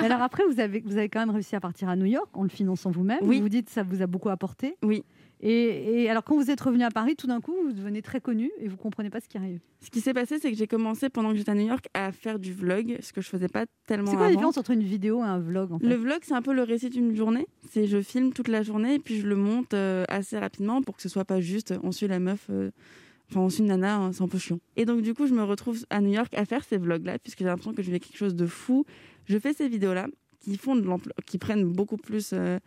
[SPEAKER 3] Mais alors après, vous avez, vous avez quand même réussi à partir à New York en le finançant vous-même.
[SPEAKER 14] Oui.
[SPEAKER 3] Vous vous dites ça vous a beaucoup apporté.
[SPEAKER 14] Oui.
[SPEAKER 3] Et, et alors quand vous êtes revenu à Paris, tout d'un coup, vous devenez très connu et vous comprenez pas ce qui arrive.
[SPEAKER 14] ce qui s'est passé, c'est que j'ai commencé pendant que j'étais à New York à faire du vlog, ce que je faisais pas tellement
[SPEAKER 3] C'est quoi la
[SPEAKER 14] avant.
[SPEAKER 3] différence entre une vidéo et un vlog en fait
[SPEAKER 14] Le vlog, c'est un peu le récit d'une journée. C'est je filme toute la journée et puis je le monte euh, assez rapidement pour que ce soit pas juste euh, on suit la meuf, euh, enfin on suit une nana, hein, c'est un peu chiant. Et donc du coup, je me retrouve à New York à faire ces vlogs-là puisque j'ai l'impression que je fais quelque chose de fou. Je fais ces vidéos-là qui font de l'ampleur, qui prennent beaucoup plus euh,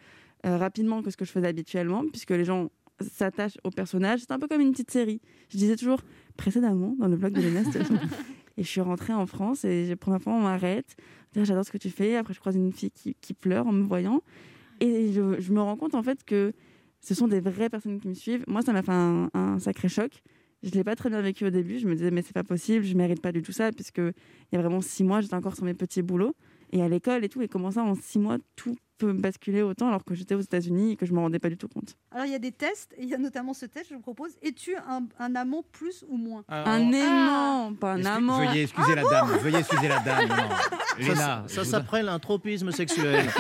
[SPEAKER 14] euh, rapidement que ce que je faisais habituellement puisque les gens s'attachent au personnage. C'est un peu comme une petite série. Je disais toujours précédemment dans le blog de Lénast. [LAUGHS] Et je suis rentrée en France et j'ai- pour ma fois, on m'arrête. On me dit, Ah, J'adore ce que tu fais. Après, je croise une fille qui, qui pleure en me voyant. Et je, je me rends compte en fait que ce sont des vraies personnes qui me suivent. Moi, ça m'a fait un, un sacré choc. Je l'ai pas très bien vécu au début. Je me disais, mais c'est pas possible, je mérite pas du tout ça, puisque il y a vraiment six mois, j'étais encore sur mes petits boulots et à l'école et tout. Et comment ça, en six mois, tout peut basculer autant alors que j'étais aux États-Unis et que je me rendais pas du tout compte.
[SPEAKER 3] Alors il y a des tests, et il y a notamment ce test, je vous propose, es-tu un, un amant plus ou moins
[SPEAKER 14] Alors- Un
[SPEAKER 11] Ah.
[SPEAKER 14] aimant, pas un
[SPEAKER 3] amant.
[SPEAKER 14] amant. Ah,
[SPEAKER 16] Veuillez excuser la dame. Veuillez excuser la dame. non, non.
[SPEAKER 14] [LAUGHS]
[SPEAKER 16] Léna,
[SPEAKER 11] ça
[SPEAKER 16] je vous-
[SPEAKER 11] s'appelle un tropisme sexuel.
[SPEAKER 16] [LAUGHS]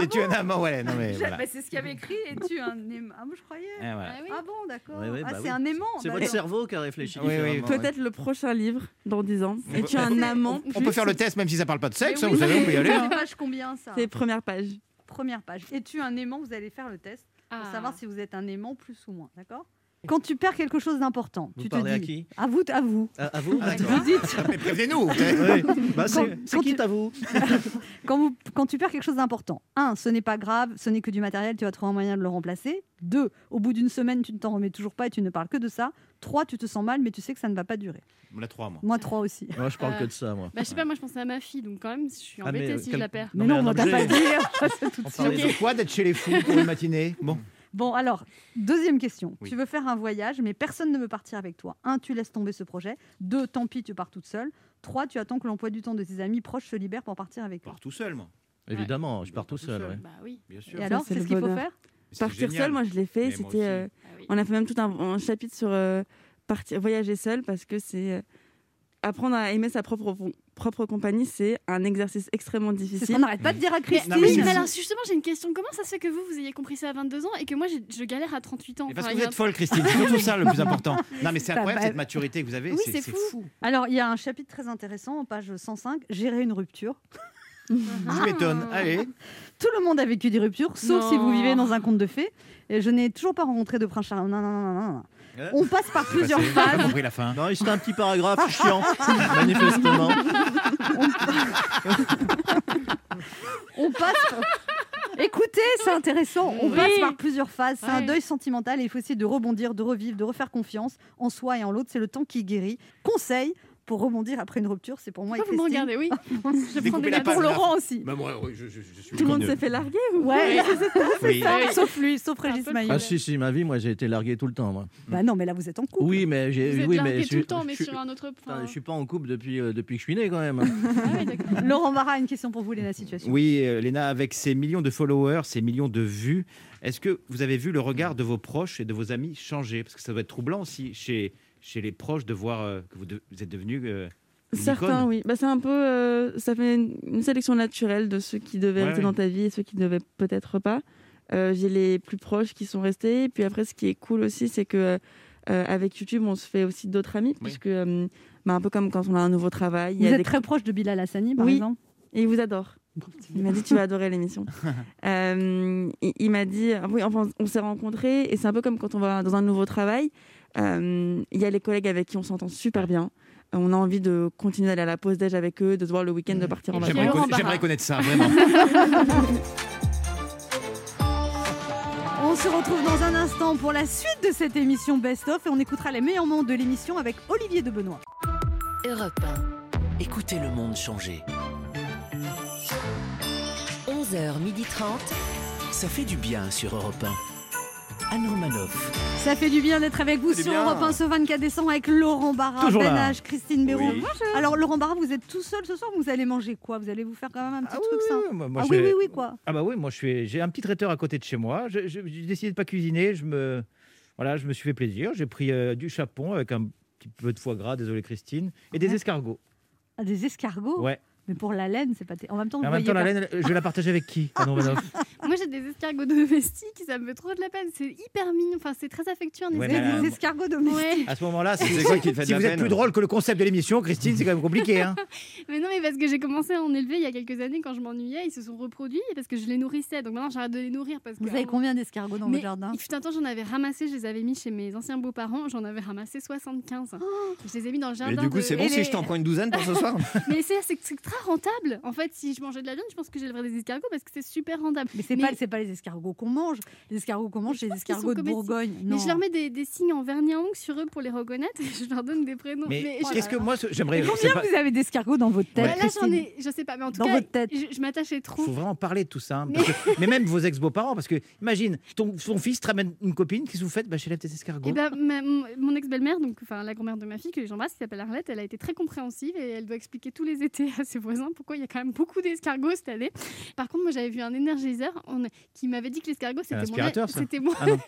[SPEAKER 16] Et tu es un amant, ouais. Non, mais
[SPEAKER 3] Je-
[SPEAKER 16] voilà.
[SPEAKER 3] bah, c'est ce qu'il y avait écrit, es-tu un aimant Ah, moi je croyais.
[SPEAKER 16] Ah, voilà.
[SPEAKER 3] Ah bon, d'accord.
[SPEAKER 11] Oui, oui,
[SPEAKER 3] ah,
[SPEAKER 11] bah
[SPEAKER 3] c'est
[SPEAKER 11] oui.
[SPEAKER 3] un aimant.
[SPEAKER 11] C'est
[SPEAKER 3] bah
[SPEAKER 11] votre
[SPEAKER 3] alors.
[SPEAKER 11] cerveau qui a réfléchi.
[SPEAKER 16] Oui, oui.
[SPEAKER 11] différemment, ouais.
[SPEAKER 14] Peut-être le prochain livre dans dix ans.
[SPEAKER 16] On
[SPEAKER 14] Et
[SPEAKER 16] peut-
[SPEAKER 14] tu as un amant
[SPEAKER 16] On peut
[SPEAKER 14] plus-
[SPEAKER 16] faire le test même si ça parle pas de sexe,
[SPEAKER 3] Mais
[SPEAKER 16] hein,
[SPEAKER 3] oui,
[SPEAKER 16] vous savez, on peut y
[SPEAKER 3] mais
[SPEAKER 16] aller.
[SPEAKER 3] [LAUGHS] c'est
[SPEAKER 16] hein.
[SPEAKER 3] page combien ça
[SPEAKER 14] C'est première page.
[SPEAKER 3] Première page. Es-tu un aimant Vous allez faire le test
[SPEAKER 4] Ah.
[SPEAKER 3] pour savoir si vous êtes un aimant plus ou moins, d'accord Quand tu perds quelque chose d'important,
[SPEAKER 11] Vous
[SPEAKER 3] tu te dis.
[SPEAKER 11] parlez à qui
[SPEAKER 3] À vous, à vous.
[SPEAKER 11] À, à vous
[SPEAKER 3] Vous
[SPEAKER 11] d'accord.
[SPEAKER 3] dites-
[SPEAKER 11] Ah, mais Prévenez-nous. Oui. Bah, c'est- c'est qui à vous
[SPEAKER 3] [LAUGHS] quand, vous- quand tu perds quelque chose d'important, un, ce n'est pas grave, ce n'est que du matériel, tu vas trouver un moyen de le remplacer. Deux, au bout d'une semaine, tu ne t'en remets toujours pas et tu ne parles que de ça. Trois, tu te sens mal, mais tu sais que ça ne va pas durer.
[SPEAKER 16] La 3, moi.
[SPEAKER 3] Moi, trois aussi. Euh,
[SPEAKER 11] Moi, je parle que de ça, moi.
[SPEAKER 4] Bah, je sais pas, moi je pensais à ma fille, donc quand même, je suis
[SPEAKER 16] Ah, mais,
[SPEAKER 4] embêtée
[SPEAKER 16] euh,
[SPEAKER 4] si
[SPEAKER 16] quel-
[SPEAKER 4] je la perds.
[SPEAKER 16] Non, mais
[SPEAKER 3] on
[SPEAKER 16] un
[SPEAKER 3] va pas
[SPEAKER 16] objet.
[SPEAKER 3] dire, [LAUGHS] ça, tout de
[SPEAKER 16] On
[SPEAKER 3] suite.
[SPEAKER 16] parlait de
[SPEAKER 3] Ok.
[SPEAKER 16] quoi d'être chez les fous pour une matinée Bon.
[SPEAKER 3] Bon, alors, deuxième question.
[SPEAKER 16] Oui.
[SPEAKER 3] Tu veux faire un voyage, mais personne ne veut partir avec toi. Un, tu laisses tomber ce projet. Deux, tant pis, tu pars toute seule. Trois, tu attends que l'emploi du temps de tes amis proches se libère pour partir avec toi.
[SPEAKER 16] Tout seul, moi.
[SPEAKER 11] Évidemment, je pars tout seul. Bah ouais.
[SPEAKER 4] oui.
[SPEAKER 16] Bien sûr.
[SPEAKER 3] Et alors,
[SPEAKER 14] Ça, c'est
[SPEAKER 3] c'est
[SPEAKER 14] le
[SPEAKER 3] ce qu'il faut
[SPEAKER 14] bonheur.
[SPEAKER 3] faire
[SPEAKER 14] C'est Partir
[SPEAKER 16] génial.
[SPEAKER 14] seul, moi je l'ai
[SPEAKER 16] Mais
[SPEAKER 14] fait.
[SPEAKER 16] moi
[SPEAKER 14] C'était,
[SPEAKER 16] aussi.
[SPEAKER 14] euh,
[SPEAKER 3] Ah
[SPEAKER 14] on a fait même tout un, un chapitre sur euh, partir, voyager seul parce que c'est euh, apprendre à aimer sa propre propre compagnie, c'est un exercice extrêmement difficile.
[SPEAKER 3] qu'on n'arrête pas de dire à
[SPEAKER 4] Mais,
[SPEAKER 3] Christine.
[SPEAKER 4] oui, mais alors justement, j'ai une question. Comment ça se fait que vous, vous ayez compris ça à 22 ans et que moi, j'ai- je galère à 38 ans
[SPEAKER 16] Mais parce
[SPEAKER 4] par
[SPEAKER 16] que vous êtes
[SPEAKER 4] exemple
[SPEAKER 16] folle, Christine. C'est surtout ça le plus important. Non, mais c'est
[SPEAKER 3] Ça
[SPEAKER 16] un problème,
[SPEAKER 3] va.
[SPEAKER 16] cette maturité que vous avez.
[SPEAKER 3] Oui, c'est fou. Alors, il y a un chapitre très intéressant, en page 105, Gérer une rupture. [LAUGHS] Ah.
[SPEAKER 16] Je m'étonne. Allez.
[SPEAKER 3] Tout le monde a vécu des ruptures, sauf
[SPEAKER 16] Non.
[SPEAKER 3] si vous vivez dans un conte de fées. Et je n'ai toujours pas rencontré de prince charmant. Non, non, non, non, non. On passe par plusieurs
[SPEAKER 11] J'ai pas
[SPEAKER 3] phases.
[SPEAKER 16] compris la fin.
[SPEAKER 11] Non, c'est un petit
[SPEAKER 16] Ah,
[SPEAKER 4] Ah,
[SPEAKER 11] paragraphe chiant,
[SPEAKER 3] [LAUGHS]
[SPEAKER 11] manifestement.
[SPEAKER 3] On passe.
[SPEAKER 4] [LAUGHS]
[SPEAKER 3] Écoutez, c'est intéressant. On
[SPEAKER 4] Oui.
[SPEAKER 3] passe par plusieurs phases. C'est un
[SPEAKER 4] Ouais.
[SPEAKER 3] deuil sentimental et il faut essayer de rebondir, de revivre, de refaire confiance en soi et en l'autre. C'est le temps qui guérit. Conseil pour rebondir après une rupture, c'est pour moi
[SPEAKER 4] Pourquoi vous
[SPEAKER 3] et
[SPEAKER 4] me
[SPEAKER 3] Christine.
[SPEAKER 4] regardez Oui.
[SPEAKER 3] [LAUGHS] Je prends des notes. pour Laurent aussi.
[SPEAKER 16] Bah, moi, oui, je, je- je suis
[SPEAKER 3] Tout le monde
[SPEAKER 16] comme
[SPEAKER 3] s'est
[SPEAKER 16] de-
[SPEAKER 3] fait larguer ou Ouais,
[SPEAKER 4] Oui.
[SPEAKER 3] c'est ça, c'est
[SPEAKER 11] Oui.
[SPEAKER 4] Ah
[SPEAKER 3] ça.
[SPEAKER 11] Oui.
[SPEAKER 3] Sauf lui, sauf Régis Maillot.
[SPEAKER 11] Ah si, si, ma vie, moi, j'ai été largué tout le temps. Moi.
[SPEAKER 3] Bah non, mais là vous êtes en couple.
[SPEAKER 11] Oui, mais j'ai...
[SPEAKER 4] Vous êtes
[SPEAKER 11] Eh oui,
[SPEAKER 4] largué
[SPEAKER 11] mais
[SPEAKER 4] tout
[SPEAKER 11] je-
[SPEAKER 4] le temps, mais
[SPEAKER 11] je-
[SPEAKER 4] sur un autre.
[SPEAKER 11] Putain,
[SPEAKER 4] enfin,
[SPEAKER 11] je suis pas en couple depuis, euh, depuis que je suis né quand même.
[SPEAKER 3] Laurent Barra, une question pour vous, Léna Situation.
[SPEAKER 16] Oui, euh, Léna, avec ces millions de followers, ces millions de vues, est-ce que vous avez vu le regard de vos proches et de vos amis changer Parce que ça doit être troublant aussi chez, chez les proches de voir euh, que vous, de- vous êtes devenu. euh, une
[SPEAKER 14] Certains,
[SPEAKER 16] icône.
[SPEAKER 14] oui. Bah, c'est un peu, euh, ça fait une, une sélection naturelle de ceux qui devaient
[SPEAKER 16] Ouais,
[SPEAKER 14] rester
[SPEAKER 16] ouais.
[SPEAKER 14] dans ta vie et ceux qui devaient peut-être pas. Euh, j'ai les plus proches qui sont restés. Et puis après, ce qui est cool aussi, c'est que euh, euh, avec YouTube, on se fait aussi d'autres amis, puisque euh, bah, un peu comme quand on a un nouveau travail.
[SPEAKER 3] Vous êtes très proche de Bilal Hassani, par
[SPEAKER 14] oui,
[SPEAKER 3] exemple.
[SPEAKER 14] Et il vous adore. Il m'a dit tu vas
[SPEAKER 16] [LAUGHS]
[SPEAKER 14] adorer l'émission. Euh, il il m'a dit ah oui, enfin, on s'est rencontrés et c'est un peu comme quand on va dans un nouveau travail. Euh, Il y a les collègues avec qui on s'entend super bien. Euh, On a envie de continuer d'aller à la pause déj avec eux, de se voir le week-end, de partir en vacances.
[SPEAKER 16] J'aimerais conna- j'aimerais connaître ça,
[SPEAKER 3] [LAUGHS]
[SPEAKER 16] vraiment. [LAUGHS]
[SPEAKER 3] On se retrouve dans un instant pour la suite de cette émission Best of et on écoutera les meilleurs moments de l'émission avec Olivier de Benoît.
[SPEAKER 2] Europe 1. Écoutez le monde changer.
[SPEAKER 13] 11h30.
[SPEAKER 2] Ça fait du bien sur Europe 1. Anne Romanoff.
[SPEAKER 3] Ça fait du bien d'être avec vous
[SPEAKER 2] C'est
[SPEAKER 3] sur
[SPEAKER 2] bien.
[SPEAKER 3] Europe 1 ce 24 décembre avec Laurent Barra,
[SPEAKER 2] Toujours
[SPEAKER 3] Ben
[SPEAKER 2] là.
[SPEAKER 3] H, Christine Béraud.
[SPEAKER 2] Oui. Bonjour.
[SPEAKER 3] Alors Laurent Barra, vous êtes tout seul ce soir, vous allez manger quoi Vous allez vous faire quand même un petit truc simple
[SPEAKER 11] moi- moi,
[SPEAKER 3] Ah
[SPEAKER 11] je
[SPEAKER 3] oui, oui,
[SPEAKER 11] vais-
[SPEAKER 3] oui, quoi.
[SPEAKER 11] Ah bah oui, moi je suis, j'ai un petit traiteur à côté de chez moi. Je- je- J'ai décidé de pas cuisiner. Je me, voilà, je me suis fait plaisir. J'ai pris euh, du chapon avec un
[SPEAKER 16] petit peu de foie gras, désolé Christine, et des escargots.
[SPEAKER 3] Ah, des escargots
[SPEAKER 16] Ouais.
[SPEAKER 3] Mais pour la laine, c'est pas. ter- En même temps,
[SPEAKER 16] Mais
[SPEAKER 3] vous
[SPEAKER 16] en même
[SPEAKER 3] voyez
[SPEAKER 16] temps, la
[SPEAKER 3] pas.
[SPEAKER 16] laine, je vais la partager avec qui Ah non, mais non.
[SPEAKER 4] [LAUGHS] Moi, j'ai des escargots domestiques, ça me fait trop de la peine. C'est hyper mignon, enfin, c'est très affectueux. Un
[SPEAKER 16] Ouais,
[SPEAKER 4] escargot.
[SPEAKER 16] mais, euh, Ah,
[SPEAKER 4] des escargots domestiques.
[SPEAKER 16] À ce moment-là, si,
[SPEAKER 5] C'est quoi qui te fait de
[SPEAKER 16] si
[SPEAKER 5] la
[SPEAKER 16] vous
[SPEAKER 5] peine
[SPEAKER 16] êtes plus drôle que le concept de l'émission, Christine, c'est quand même compliqué.
[SPEAKER 3] [LAUGHS]
[SPEAKER 16] Hein.
[SPEAKER 4] [LAUGHS] Mais non, mais parce que j'ai commencé à en élever il y a quelques années quand je m'ennuyais, ils se sont reproduits et parce que je les nourrissais. Donc maintenant, j'arrête de les nourrir parce que. euh,
[SPEAKER 3] Vous avez combien d'escargots dans
[SPEAKER 4] Mais
[SPEAKER 3] votre jardin
[SPEAKER 4] Il fut un temps, j'en avais ramassé, je les avais mis chez mes anciens beaux-parents, j'en avais ramassé
[SPEAKER 3] [GASPS]
[SPEAKER 4] 75.
[SPEAKER 3] Oh
[SPEAKER 4] je les ai mis dans le jardin.
[SPEAKER 5] Et du coup,
[SPEAKER 4] de-
[SPEAKER 5] c'est bon
[SPEAKER 4] Et
[SPEAKER 5] si
[SPEAKER 4] les-
[SPEAKER 5] je t'en prends une douzaine
[SPEAKER 4] [LAUGHS]
[SPEAKER 5] pour ce soir
[SPEAKER 4] mais c'est c'est- c'est très rentable. En fait, si je mangeais de la viande, je pense que j'élèverais des escargots parce que c'est super rentable.
[SPEAKER 3] Mais c'est pas, c'est pas les escargots qu'on mange. Les escargots qu'on mange, c'est les
[SPEAKER 4] qu'ils sont
[SPEAKER 3] escargots de
[SPEAKER 4] comestibles.
[SPEAKER 3] Bourgogne.
[SPEAKER 4] Mais je leur mets des, des signes en vernis à ongles sur eux pour les reconnaître et je leur donne des prénoms.
[SPEAKER 16] Mais
[SPEAKER 4] je-
[SPEAKER 16] qu'est-ce que moi, ce- j'aimerais-
[SPEAKER 3] Combien
[SPEAKER 16] c'est pas-
[SPEAKER 3] vous avez d'escargots dans votre
[SPEAKER 4] Bah
[SPEAKER 3] tête
[SPEAKER 4] Là, j'en
[SPEAKER 3] Christine
[SPEAKER 4] ai, je sais pas, mais en tout
[SPEAKER 3] Dans
[SPEAKER 4] cas,
[SPEAKER 3] votre tête.
[SPEAKER 4] je, je m'attachais trop.
[SPEAKER 16] Il faut vraiment parler de tout ça. hein, parce que-
[SPEAKER 3] [LAUGHS]
[SPEAKER 16] mais même vos ex-beaux-parents, parce que imagine, ton, ton fils te ramène une copine, qu'est-ce que vous faites bah, J'élève des escargots.
[SPEAKER 3] Eh
[SPEAKER 4] Et ben, ma- mon- mon ex-belle-mère, donc enfin la grand-mère de ma fille que j'embrasse, qui s'appelle Arlette, elle a été très compréhensive et elle doit expliquer tous les étés [LAUGHS] à ses voisins pourquoi il y a quand même beaucoup d'escargots cette année. Par contre, moi j'avais vu un énergiseur on- qui m'avait dit que l'escargot c'était
[SPEAKER 16] Un
[SPEAKER 4] mon- e-
[SPEAKER 16] aspirateur, ça
[SPEAKER 4] [LAUGHS] c'était mon-
[SPEAKER 16] Ah non.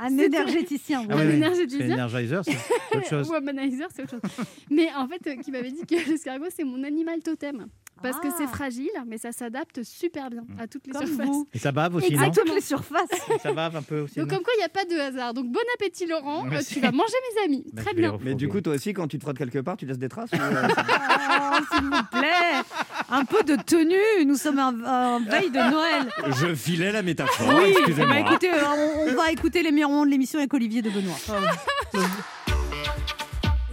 [SPEAKER 3] Un énergéticien.
[SPEAKER 16] Ah
[SPEAKER 4] un
[SPEAKER 16] oui, oui. C'est
[SPEAKER 4] énergétiseur.
[SPEAKER 16] Energizer, c'est autre
[SPEAKER 4] [LAUGHS]
[SPEAKER 16] chose.
[SPEAKER 4] Ou un banalizer, c'est autre chose. mais en fait, euh, qui m'avait dit que [LAUGHS] l'escargot, c'est mon animal totem. Parce que c'est fragile, mais ça s'adapte super bien à toutes les
[SPEAKER 3] Comme
[SPEAKER 4] surfaces.
[SPEAKER 6] [LAUGHS]
[SPEAKER 3] vous.
[SPEAKER 16] Et ça bave aussi, non
[SPEAKER 4] Exactement.
[SPEAKER 16] Ça bave un peu aussi.
[SPEAKER 4] Donc
[SPEAKER 16] non
[SPEAKER 4] comme quoi, il n'y a pas de hasard. Donc bon appétit, Laurent. Euh,
[SPEAKER 16] Merci.
[SPEAKER 4] tu vas manger mes amis.
[SPEAKER 16] Bah,
[SPEAKER 4] Très
[SPEAKER 16] je vais
[SPEAKER 4] bien.
[SPEAKER 5] Mais du coup, toi aussi, quand tu te frottes quelque part, tu laisses des traces ou- euh,
[SPEAKER 3] Oh, S'il vous plaît, un peu de tenue. Nous sommes en, en veille de Noël.
[SPEAKER 5] Je filais la métaphore,
[SPEAKER 3] oui,
[SPEAKER 5] excusez-moi.
[SPEAKER 3] bah,
[SPEAKER 17] hein.
[SPEAKER 3] écoutez, euh, on, on va écouter les meilleurs moments de l'émission avec Olivier de Benoît. euh,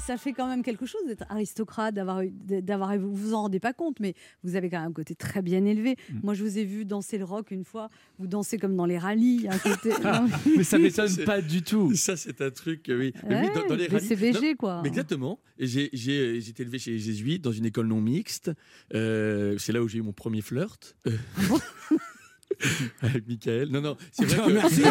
[SPEAKER 3] Ça fait quand même quelque chose d'être aristocrate, d'avoir, eu- d'avoir, vous vous en rendez pas compte, mais vous avez quand même un côté très bien élevé.
[SPEAKER 17] Mm.
[SPEAKER 3] Moi, je vous ai vu danser le rock une fois. Vous dansez comme dans les rallyes. il
[SPEAKER 17] [LAUGHS]
[SPEAKER 3] y a un côté- Non,
[SPEAKER 17] mais [LAUGHS] ça m'étonne pas du tout. Ça, c'est un truc, euh, oui. Mais oui,
[SPEAKER 3] Ouais,
[SPEAKER 17] dans, dans les
[SPEAKER 3] des
[SPEAKER 17] rallyes-
[SPEAKER 3] CVG,
[SPEAKER 17] non,
[SPEAKER 3] quoi.
[SPEAKER 17] mais Exactement. Et j'ai- j'ai- j'ai été élevé chez les jésuites dans une école non mixte. Euh, c'est là où j'ai eu mon premier flirt. Euh, [LAUGHS] Avec Michael. Non, non, c'est vrai que.
[SPEAKER 15] Merci.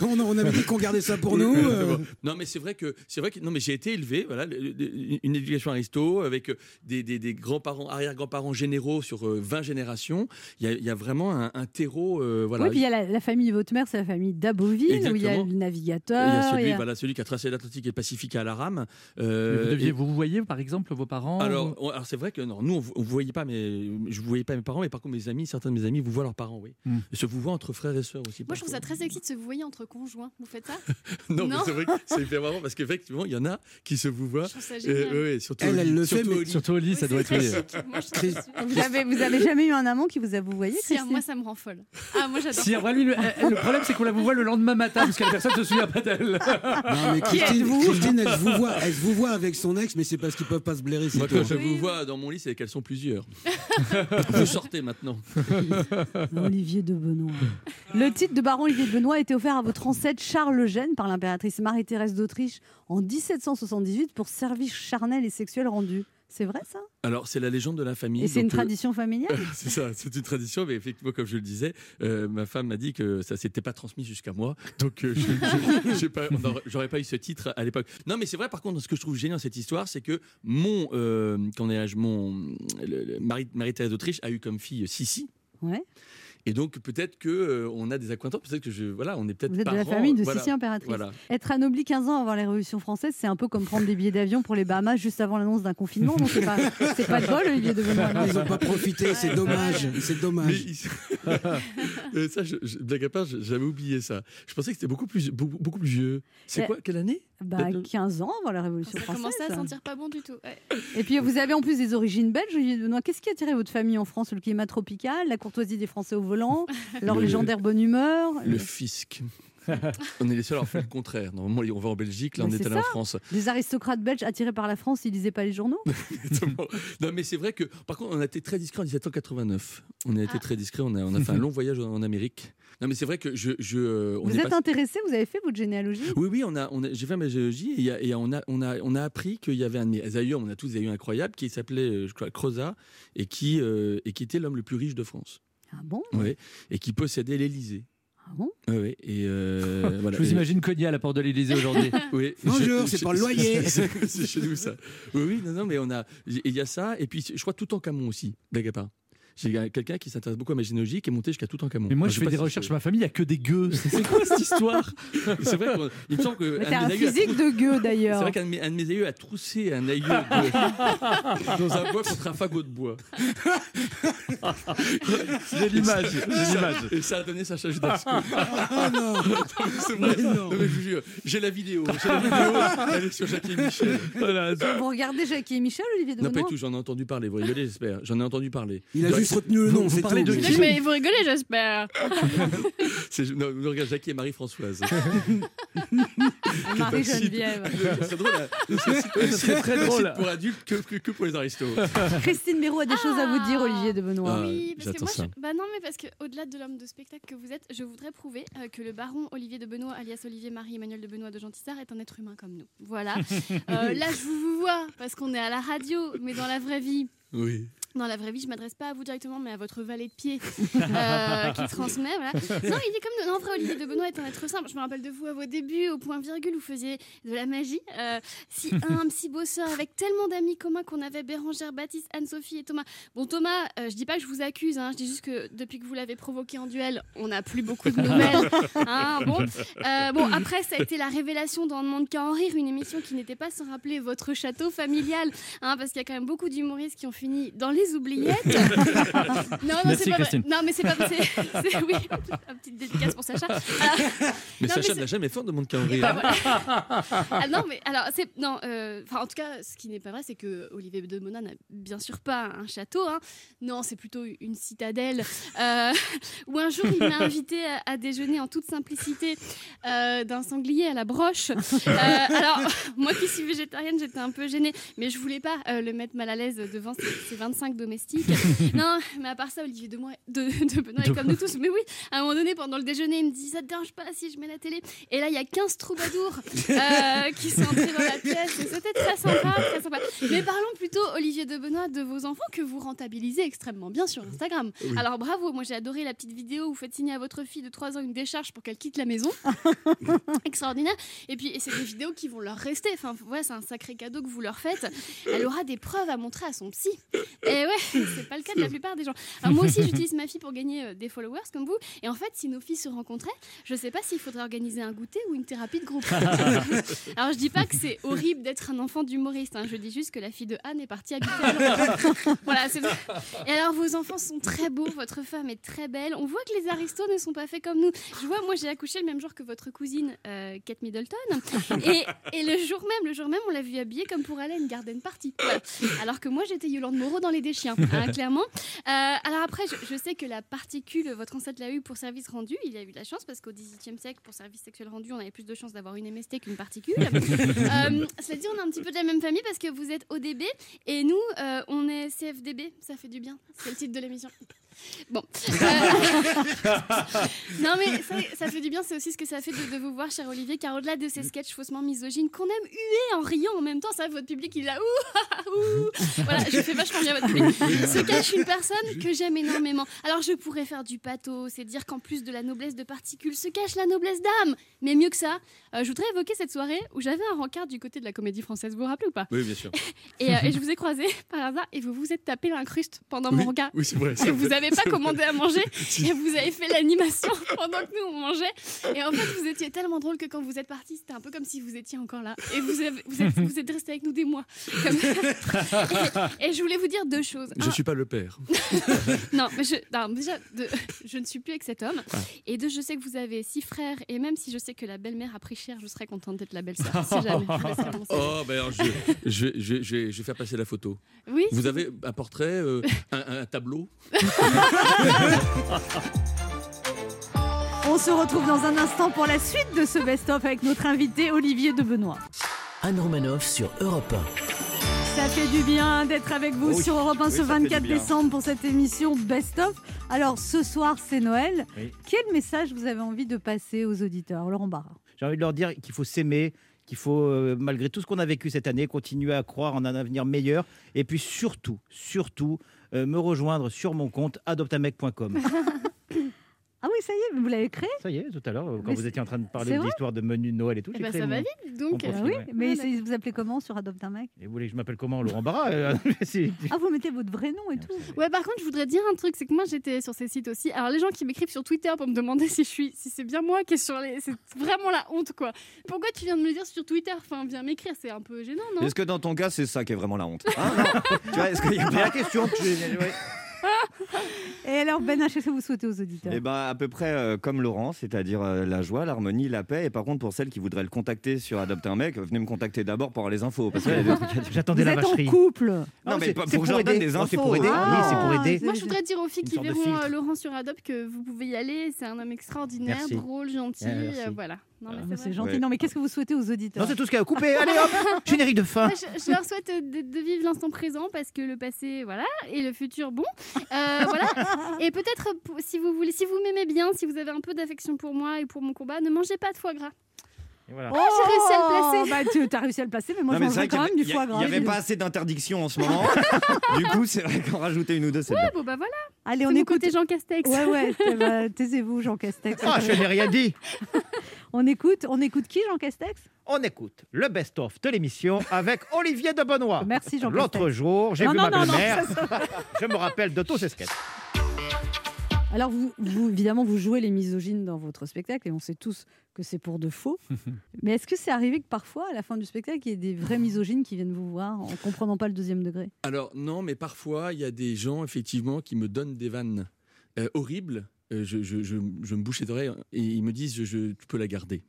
[SPEAKER 17] [LAUGHS]
[SPEAKER 15] on, on avait dit qu'on gardait ça pour
[SPEAKER 17] Oui,
[SPEAKER 15] nous.
[SPEAKER 17] oui,
[SPEAKER 15] euh,
[SPEAKER 17] c'est bon. Non, mais c'est vrai que c'est vrai que non, mais j'ai été élevé, voilà, le- le- une éducation aristo avec euh, des, des- des grands-parents, arrière-grands-parents généraux sur euh, 20 générations. Il y a, il y a vraiment un, un terreau, euh, voilà.
[SPEAKER 3] Oui, puis il y a la, la famille de votre mère, c'est la famille d'Aboville, où il y a
[SPEAKER 17] Exactement. Et il y a
[SPEAKER 3] le
[SPEAKER 4] Ah
[SPEAKER 3] navigateur.
[SPEAKER 17] celui,
[SPEAKER 3] il y a-
[SPEAKER 17] voilà, celui qui a tracé l'Atlantique et le Pacifique à la rame.
[SPEAKER 3] Mais vous deviez
[SPEAKER 17] et-
[SPEAKER 3] vous
[SPEAKER 17] vous
[SPEAKER 18] voyez par exemple vos parents
[SPEAKER 17] alors, on- alors c'est vrai que non, nous on, ne voyait pas mes, je voyais pas mes parents, mais par contre mes amis, certains de mes amis vous voient leurs parents, oui.
[SPEAKER 18] Mm.
[SPEAKER 17] Ils Se vous voient entre frères et sœurs aussi.
[SPEAKER 4] Moi, je trouve
[SPEAKER 17] parfois.
[SPEAKER 4] ça très sexy de se vouvoyer entre conjoints. Vous faites ça
[SPEAKER 17] [LAUGHS] Non, mais
[SPEAKER 4] Non.
[SPEAKER 17] c'est vrai
[SPEAKER 4] [LAUGHS]
[SPEAKER 17] que c'est hyper marrant parce qu'effectivement il y en a qui se vous voient.
[SPEAKER 4] trouve ça génial.
[SPEAKER 17] ouais, ouais, surtout
[SPEAKER 18] Elle, elle
[SPEAKER 17] au lit-
[SPEAKER 18] le fait,
[SPEAKER 17] surtout
[SPEAKER 18] mais-
[SPEAKER 17] au lit.
[SPEAKER 18] surtout au lit, Oui, ça doit c'est être- très
[SPEAKER 17] chic.
[SPEAKER 4] [LAUGHS] Moi, je
[SPEAKER 17] Chris-
[SPEAKER 3] Vous avez, vous avez jamais eu un amant qui vous a vous voyez
[SPEAKER 4] Si, hein, moi, ça me rend folle. Ah, moi, j'adore.
[SPEAKER 18] Si, après, lui, le, le problème, c'est qu'on la vous voit le lendemain matin, parce que la personne ne se souvient pas d'elle.
[SPEAKER 15] Non, mais Christine, Christine, elle se vous voit, elle se vous voit avec son ex, mais c'est parce qu'ils peuvent pas se blairer. c'est
[SPEAKER 17] Moi
[SPEAKER 15] tout,
[SPEAKER 17] quand
[SPEAKER 15] hein.
[SPEAKER 17] je vous vois dans mon lit, c'est qu'elles sont
[SPEAKER 3] [LAUGHS]
[SPEAKER 17] plusieurs. vous sortez maintenant.
[SPEAKER 3] Olivier de Benoît. Le titre de baron Olivier de Benoît était offert à votre ancêtre Charles le Gène par l'impératrice Marie-Thérèse d'Autriche en 1778 pour service charnel et sexuel rendu. C'est vrai ça
[SPEAKER 17] Alors c'est la légende de la famille.
[SPEAKER 3] Et c'est une
[SPEAKER 17] donc, euh, [LAUGHS]
[SPEAKER 3] tradition familiale
[SPEAKER 17] c'est ça, c'est une tradition, mais effectivement, comme je le disais, euh, ma femme m'a dit que ça s'était pas transmis jusqu'à moi, donc euh, je- je- j'ai pas- on aurait- j'aurais pas eu ce titre à l'époque. Non, mais c'est vrai. Par contre, ce que je trouve génial dans cette histoire, c'est que mon, euh, qu'en dirais-je, mon le- le- Marie- Marie-Thérèse d'Autriche a eu comme fille euh, Sissi.
[SPEAKER 3] Ouais.
[SPEAKER 17] Et donc peut-être que euh, on a des acquaintances, peut-être que je, voilà, on est peut-être
[SPEAKER 3] Vous êtes de la
[SPEAKER 17] parents,
[SPEAKER 3] famille de
[SPEAKER 17] voilà,
[SPEAKER 3] Sissi impératrice.
[SPEAKER 17] Voilà.
[SPEAKER 3] Être anobli 15 ans avant la Révolution française, c'est un peu comme prendre des billets d'avion pour les Bahamas juste avant l'annonce d'un confinement. Donc c'est pas, c'est pas
[SPEAKER 17] [LAUGHS]
[SPEAKER 3] de bol, Olivier de Benoît. non
[SPEAKER 15] Ils ont pas profité,
[SPEAKER 3] [LAUGHS]
[SPEAKER 15] c'est dommage, c'est dommage.
[SPEAKER 17] [LAUGHS] Euh, ça, je, je- blague à part, je- j'avais oublié ça. Je pensais que c'était beaucoup plus, beaucoup, beaucoup plus vieux. C'est
[SPEAKER 3] Euh,
[SPEAKER 17] quoi Quelle année
[SPEAKER 3] bah, 15 ans avant la Révolution
[SPEAKER 4] Ça
[SPEAKER 3] française.
[SPEAKER 4] commençait à sentir pas bon du tout. Ouais.
[SPEAKER 3] Et puis vous avez en plus des origines belges, Olivier de Benoît. Qu'est-ce qui a attiré votre famille en France Le climat tropical, la courtoisie des Français au
[SPEAKER 17] [LAUGHS]
[SPEAKER 3] volant, leur
[SPEAKER 17] Le-
[SPEAKER 3] légendaire bonne humeur
[SPEAKER 17] Le fisc. [LAUGHS] on est les seuls à en faire le contraire. Normalement, on va en Belgique, là, on
[SPEAKER 3] Mais
[SPEAKER 17] est
[SPEAKER 3] c'est
[SPEAKER 17] allé en
[SPEAKER 3] ça. [LAUGHS]
[SPEAKER 17] France.
[SPEAKER 3] Des aristocrates belges attirés par la France, ils lisaient pas les journaux
[SPEAKER 17] Exactement. non, mais c'est vrai que, par contre, on a été très discret en 1789. On
[SPEAKER 3] Ah.
[SPEAKER 17] a été très discret, on a, on a fait un long voyage en, en Amérique. Non, mais c'est vrai que je. je euh, on
[SPEAKER 3] Vous
[SPEAKER 17] est
[SPEAKER 3] êtes
[SPEAKER 17] pas-
[SPEAKER 3] intéressé, vous avez fait votre généalogie
[SPEAKER 17] Oui, oui, on a, on a- j'ai fait ma géologie et, il y a- et on, a, on, a, on a appris qu'il y avait un de mes aïeux, on a tous des aïeux incroyables, qui s'appelait, euh, je crois, Crozat, et qui, euh, et qui était l'homme le plus riche de France.
[SPEAKER 3] Ah bon
[SPEAKER 17] Ouais, et qui possédait l'Élysée.
[SPEAKER 3] Ah bon
[SPEAKER 17] ouais, ouais, et
[SPEAKER 18] [LAUGHS]
[SPEAKER 17] euh, voilà.
[SPEAKER 18] Je vous
[SPEAKER 17] Et-
[SPEAKER 18] imagine cogné à la porte de l'Élysée
[SPEAKER 17] [LAUGHS]
[SPEAKER 18] aujourd'hui.
[SPEAKER 17] oui. Je- je- [LAUGHS] C'est c'est chez nous ça. Oui, oui, non, non, mais on a. Il y a ça, et puis je crois tout en Camon aussi, blague à part. J'ai un- quelqu'un qui s'intéresse beaucoup à ma généalogie qui est monté jusqu'à tout en Camon.
[SPEAKER 18] Mais moi,
[SPEAKER 17] Alors,
[SPEAKER 18] je
[SPEAKER 17] sais
[SPEAKER 18] fais
[SPEAKER 17] pas
[SPEAKER 18] des
[SPEAKER 17] si
[SPEAKER 18] recherches
[SPEAKER 17] c'est-
[SPEAKER 18] sur ma famille, il n'y a que des gueux. C'est
[SPEAKER 17] [LAUGHS] c'est quoi cette histoire C'est vrai qu'on- il me semble que.
[SPEAKER 3] Mais
[SPEAKER 17] un
[SPEAKER 3] t'as
[SPEAKER 17] de
[SPEAKER 3] un
[SPEAKER 17] mes aïeux a
[SPEAKER 3] physique
[SPEAKER 17] trou-
[SPEAKER 3] de gueux
[SPEAKER 17] C'est
[SPEAKER 3] d'ailleurs.
[SPEAKER 17] vrai qu'un de mes- un de mes aïeux a troussé un aïeux de- dans un bois contre un fagot de bois.
[SPEAKER 18] J'ai l'image, j'ai l'image.
[SPEAKER 17] Et ça a donné sa charge d'asco.
[SPEAKER 18] Ah
[SPEAKER 17] [LAUGHS]
[SPEAKER 18] non.
[SPEAKER 17] C'est vrai.
[SPEAKER 18] Mais non.
[SPEAKER 17] Non, mais je vous jure, J'ai la vidéo. J'ai la vidéo. Elle est sur Jackie et Michel.
[SPEAKER 3] Vous regardez Jackie et Michel, Olivier de
[SPEAKER 17] Non, pas du
[SPEAKER 3] Benoît
[SPEAKER 17] tout, j'en ai entendu parler, vous rigolez, j'espère. J'en ai entendu parler.
[SPEAKER 15] Il a
[SPEAKER 17] J'aurais-
[SPEAKER 15] juste retenu le nom, c'est tout.
[SPEAKER 4] Dis donc, Mais vous rigolez, j'espère.
[SPEAKER 17] C'est- Non, nous regarde Jackie et Marie-Françoise.
[SPEAKER 3] Ah, Marie-Geneviève.
[SPEAKER 17] C'est drôle, hein.
[SPEAKER 18] Oui, ce serait
[SPEAKER 17] [LAUGHS]
[SPEAKER 18] très
[SPEAKER 17] Un site
[SPEAKER 18] drôle.
[SPEAKER 17] pour adultes que, que- que pour les aristos.
[SPEAKER 3] [LAUGHS] Christine Béraud a des choses à vous dire, Olivier de Benoît.
[SPEAKER 17] Ah,
[SPEAKER 4] Oui, parce que
[SPEAKER 17] j'attends
[SPEAKER 4] moi,
[SPEAKER 17] ça.
[SPEAKER 4] je- bah non, mais parce que au-delà de l'homme de spectacle que vous êtes, je voudrais prouver euh, que le baron Olivier de Benoît, alias Olivier Marie-Emmanuel de Benoît de Gentissart, est un être humain comme nous. Voilà. Euh, là, je vous vois parce qu'on est à la radio, mais dans la vraie vie.
[SPEAKER 17] Oui.
[SPEAKER 4] Dans la vraie vie, je m'adresse pas à vous directement, mais à votre valet de pied euh, qui transmet. Voilà. Non, il est comme nous. Non, en vrai, Olivier de Benoît est un être simple. Je me rappelle de vous à vos débuts, au point virgule, vous faisiez de la magie. Euh, si un si bosseur avec tellement d'amis communs qu'on avait Bérangère, Baptiste, Anne-Sophie et Thomas. Bon, Thomas, euh, je dis pas que je vous accuse, hein, je dis juste que depuis que vous l'avez provoqué en duel, on n'a plus beaucoup
[SPEAKER 18] [LAUGHS]
[SPEAKER 4] de nouvelles. hein, bon. Euh, bon, après, ça a été la révélation dans Ne demande qu'à en rire, une émission qui n'était pas sans rappeler votre château familial, hein, parce qu'il y a quand même beaucoup d'humoristes qui ont fini dans les
[SPEAKER 18] [LAUGHS]
[SPEAKER 4] oubliettes.
[SPEAKER 3] Ah,
[SPEAKER 4] non, non,
[SPEAKER 18] Merci,
[SPEAKER 4] c'est pas vrai.
[SPEAKER 18] Christine.
[SPEAKER 4] Non, mais [LAUGHS] c'est pas. c'est- c'est- oui, une petite dédicace pour
[SPEAKER 18] [LAUGHS]
[SPEAKER 4] Sacha. Alors,
[SPEAKER 17] Mais
[SPEAKER 4] non,
[SPEAKER 17] Sacha
[SPEAKER 4] c'est-
[SPEAKER 17] n'a jamais fait de monde qui en rit.
[SPEAKER 4] Bah, voilà. Ah, non, mais alors, c'est. Non, euh, enfin, en tout cas, ce qui n'est pas vrai, c'est que Olivier de Mona n'a bien sûr pas un château. hein. Non, c'est plutôt une citadelle. euh, où un jour, il m'a invité à, à déjeuner en toute simplicité euh, d'un sanglier à la broche. Euh, alors, moi qui suis végétarienne, j'étais un peu gênée, mais je voulais pas euh, le mettre mal à l'aise devant ses, ses 25 domestiques. non, mais à part ça, Olivier de, moi, de, de Benoît est
[SPEAKER 19] De-
[SPEAKER 4] comme nous tous. Mais oui, à un moment donné, pendant le déjeuner, il me dit Ça te dérange pas si je mets la télé Et là, il y a 15 troubadours euh, qui sont entrés dans la pièce. Et C'était très sympa, très sympa. Mais parlons plutôt, Olivier de Benoît, de vos enfants que vous rentabilisez extrêmement bien sur Instagram.
[SPEAKER 19] Oui.
[SPEAKER 4] Alors bravo, moi j'ai adoré la petite vidéo où vous faites signer à votre fille de 3 ans une décharge pour qu'elle quitte la maison. Extraordinaire. Et puis, et c'est des vidéos qui vont leur rester. Enfin, ouais, c'est un sacré cadeau que vous leur faites. Elle aura des preuves à montrer à son psy. Et ouais, c'est pas le cas de la plupart des gens. Alors, moi aussi, j'utilise ma fille pour gagner euh, des followers comme vous. Et en fait, si nos filles se rencontraient, je sais pas s'il faudrait organiser un goûter ou une thérapie de groupe.
[SPEAKER 17] Ah.
[SPEAKER 4] Alors, je dis pas que c'est horrible d'être un enfant d'humoriste. hein. Je dis juste que la fille de Anne est partie habiter à Londres. Voilà, c'est tout. Et alors, vos enfants sont très beaux, votre femme est très belle. On voit que les aristos ne sont pas faits comme nous. Je vois, moi, j'ai accouché le même jour que votre cousine, euh, Kate Middleton. Et, et le jour même, le jour même, on l'a vue habillée comme pour aller à une garden party. Voilà. Alors que moi, j'étais Yolande Moreau dans Les Déchiens, hein, clairement. Euh, alors après, je, je sais que la particule, votre ancêtre l'a eu pour service rendu. Il a eu de la chance parce qu'au XVIIIe siècle, pour service sexuel rendu, on avait plus de chances d'avoir une MST qu'une particule. Euh, cela dit, on est un petit peu de la même famille parce que vous êtes ODB et nous, euh, on est CFDB. Ça fait du bien. C'est le titre de l'émission. Bon. Euh, [LAUGHS] non, mais ça, ça fait du bien. C'est aussi ce que ça fait de, de vous voir, cher Olivier, car au-delà de ces sketchs faussement misogynes qu'on aime huer en riant en même temps, ça, votre public, il a ouh, [LAUGHS] ah, ouh. Voilà, je fais vachement bien
[SPEAKER 17] [LAUGHS]
[SPEAKER 4] votre public. Se cache une personne que j'aime énormément. Alors, je pourrais faire du pathos c'est dire qu'en plus de la noblesse de particules se cache la noblesse d'âme. Mais mieux que ça, euh, je voudrais évoquer cette soirée où j'avais un rencard du côté de la comédie française. Vous vous rappelez ou pas
[SPEAKER 17] Oui, bien sûr.
[SPEAKER 4] et, euh, et je vous ai croisé [LAUGHS] par hasard et vous vous êtes tapé l'incruste pendant mon regard.
[SPEAKER 17] oui, c'est vrai, c'est
[SPEAKER 4] Et vous
[SPEAKER 17] vrai.
[SPEAKER 4] n'avez pas commandé
[SPEAKER 17] [LAUGHS]
[SPEAKER 4] à manger et vous avez fait l'animation [LAUGHS] pendant que nous on mangeait. Et en fait, vous étiez tellement drôle que quand vous êtes parti, c'était un peu comme si vous étiez encore là. Et vous, avez- vous êtes, vous êtes resté avec nous des mois. Comme- et, et je voulais vous dire deux choses.
[SPEAKER 17] Je suis pas le père.
[SPEAKER 4] Ah. Non, mais je, non, mais déjà, de- [LAUGHS] je ne suis plus avec cet homme.
[SPEAKER 17] Ah.
[SPEAKER 4] Et deux, je sais que vous avez six frères. Et même si je sais que la belle-mère a pris cher, je serais contente d'être la belle-sœur. Si
[SPEAKER 11] [LAUGHS]
[SPEAKER 4] jamais. je le serais, mon sœur.
[SPEAKER 17] Oh, ben alors, je, je, je, je- je vais faire passer la photo.
[SPEAKER 4] Oui.
[SPEAKER 17] Vous avez un portrait, euh, un, un tableau
[SPEAKER 3] On se retrouve dans un instant pour la suite de ce best-of avec notre invité Olivier de Benoît.
[SPEAKER 2] Anne Romanoff sur Europe
[SPEAKER 3] Ça fait du bien d'être avec vous
[SPEAKER 2] Oui,
[SPEAKER 3] sur Europe 1
[SPEAKER 2] oui,
[SPEAKER 3] ce
[SPEAKER 2] ça fait du
[SPEAKER 3] 24
[SPEAKER 2] bien.
[SPEAKER 3] décembre pour cette émission Best of. Alors ce soir c'est Noël.
[SPEAKER 11] Oui.
[SPEAKER 3] Quel message vous avez envie de passer aux auditeurs Laurent
[SPEAKER 11] [LAUGHS]
[SPEAKER 3] Barra.
[SPEAKER 11] J'ai envie de leur dire qu'il faut s'aimer, qu'il faut, euh, malgré tout ce qu'on a vécu cette année, continuer à croire en un avenir meilleur. Et
[SPEAKER 3] [LAUGHS]
[SPEAKER 11] puis surtout, surtout, euh, me rejoindre sur mon compte adoptamec.com.
[SPEAKER 3] Ah oui, ça y est, vous l'avez créé
[SPEAKER 11] Ça y est, tout à l'heure, euh, quand
[SPEAKER 3] Mais
[SPEAKER 11] vous
[SPEAKER 3] c'est-
[SPEAKER 11] étiez en train de parler
[SPEAKER 3] c'est
[SPEAKER 11] de
[SPEAKER 3] vrai
[SPEAKER 11] l'histoire de menu de Noël et tout,
[SPEAKER 3] Eh
[SPEAKER 11] j'ai
[SPEAKER 3] ben,
[SPEAKER 11] créé
[SPEAKER 3] ça
[SPEAKER 11] mon-
[SPEAKER 3] va vite,
[SPEAKER 11] mon
[SPEAKER 3] donc.
[SPEAKER 11] profil,
[SPEAKER 3] Ah oui,
[SPEAKER 11] ouais.
[SPEAKER 3] mais c'est- vous appelez comment sur Adopte un mec
[SPEAKER 11] Et vous voulez que je m'appelle comment Laurent Barra euh, [LAUGHS] si-
[SPEAKER 3] Ah, vous mettez votre vrai nom et tout
[SPEAKER 4] Ouais, par contre, je voudrais dire un truc, c'est que moi j'étais sur ces sites aussi. Alors les gens qui m'écrivent sur Twitter pour me demander [LAUGHS] si je suis, si c'est bien moi qui est sur les, c'est vraiment la honte quoi. Pourquoi tu viens de me le dire sur Twitter Enfin, viens m'écrire, c'est un peu gênant, non
[SPEAKER 5] Est-ce que dans ton cas, c'est ça qui est vraiment la honte Hein, non Tu vois, est-ce qu'il y a
[SPEAKER 11] la question que
[SPEAKER 3] Et alors, Ben H, qu'est-ce que vous souhaitez aux auditeurs
[SPEAKER 5] Eh ben, à peu près euh, comme Laurent, c'est-à-dire euh, la joie, l'harmonie, la paix. Et par contre, pour celles qui voudraient le contacter sur Adopte un mec, venez me contacter d'abord pour avoir les infos. Parce qu'il y a des trucs à dire.
[SPEAKER 11] J'attendais Ah
[SPEAKER 3] Vous êtes en couple
[SPEAKER 5] Non, mais
[SPEAKER 11] c'est-
[SPEAKER 5] pas
[SPEAKER 11] c'est
[SPEAKER 5] pour que je leur donne
[SPEAKER 11] aider.
[SPEAKER 5] des
[SPEAKER 11] Oh,
[SPEAKER 5] infos.
[SPEAKER 11] c'est pour aider. oui, c'est pour aider.
[SPEAKER 4] Moi, je voudrais dire aux filles
[SPEAKER 11] Une
[SPEAKER 4] qui
[SPEAKER 11] sorte de
[SPEAKER 4] verront
[SPEAKER 11] filtre.
[SPEAKER 4] euh, Laurent sur Adobe que vous pouvez y aller. C'est un homme extraordinaire,
[SPEAKER 11] Merci.
[SPEAKER 4] drôle, gentil.
[SPEAKER 11] Ah, merci.
[SPEAKER 4] euh, voilà. Non, mais
[SPEAKER 3] Ah, mais
[SPEAKER 4] c'est
[SPEAKER 3] C'est
[SPEAKER 4] vrai.
[SPEAKER 3] gentil.
[SPEAKER 11] Ouais.
[SPEAKER 3] Non, mais qu'est-ce que vous souhaitez aux auditeurs
[SPEAKER 11] Non, c'est tout ce qu'il y a à couper. Allez hop, [LAUGHS] générique de fin.
[SPEAKER 4] Moi, je, je leur souhaite euh, de, de vivre l'instant présent parce que le passé, voilà, et le futur, bon. Euh,
[SPEAKER 11] [LAUGHS]
[SPEAKER 4] voilà. Et peut-être, euh, pour- si vous voulez, si vous m'aimez bien, si vous avez un peu d'affection pour moi et pour mon combat, ne mangez pas de foie gras.
[SPEAKER 11] Et voilà.
[SPEAKER 4] Oh, j'ai réussi à le placer.
[SPEAKER 3] Bah, tu as réussi à le placer, mais moi,
[SPEAKER 5] Non,
[SPEAKER 3] je
[SPEAKER 5] mais c'est
[SPEAKER 3] mangerai
[SPEAKER 5] vrai qu'il
[SPEAKER 3] quand même
[SPEAKER 5] y
[SPEAKER 3] du
[SPEAKER 5] avait-
[SPEAKER 3] foie
[SPEAKER 5] il y
[SPEAKER 3] gras.
[SPEAKER 5] avait, pas assez d'interdictions en ce
[SPEAKER 3] [LAUGHS]
[SPEAKER 5] moment. du coup, c'est vrai qu'en rajouter une ou deux, c'est
[SPEAKER 4] Ouais,
[SPEAKER 5] bien.
[SPEAKER 4] bon, bah voilà.
[SPEAKER 3] Allez, on
[SPEAKER 4] C'est mon
[SPEAKER 3] écoute.
[SPEAKER 4] côté Jean Castex. [LAUGHS]
[SPEAKER 3] Ouais, ouais, t- bah, taisez-vous, Jean Castex.
[SPEAKER 11] Ah, je n'ai rien dit.
[SPEAKER 3] On écoute, on écoute qui, Jean Castex
[SPEAKER 11] On écoute le best-of de l'émission avec [LAUGHS] Olivier de Benoît.
[SPEAKER 3] Merci, Jean
[SPEAKER 11] L'autre
[SPEAKER 3] Castex.
[SPEAKER 11] jour, j'ai
[SPEAKER 3] Non,
[SPEAKER 11] vu
[SPEAKER 3] non,
[SPEAKER 11] ma
[SPEAKER 3] non, non,
[SPEAKER 11] belle-mère.
[SPEAKER 3] ça, ça-
[SPEAKER 11] [LAUGHS] Je me rappelle de tous ces sketchs.
[SPEAKER 3] Alors, vous, vous, évidemment, vous jouez les misogynes dans votre spectacle et on sait tous que c'est pour de faux. Mais est-ce que c'est arrivé que parfois, à la fin du spectacle, il y ait des vrais misogynes qui viennent vous voir en comprenant pas le deuxième degré
[SPEAKER 17] Alors non, mais parfois il y a des gens effectivement qui me donnent des vannes euh, horribles. Euh, je, je- je- je me bouche les oreilles et ils me disent je, je- tu peux la
[SPEAKER 4] [LAUGHS]
[SPEAKER 17] garder.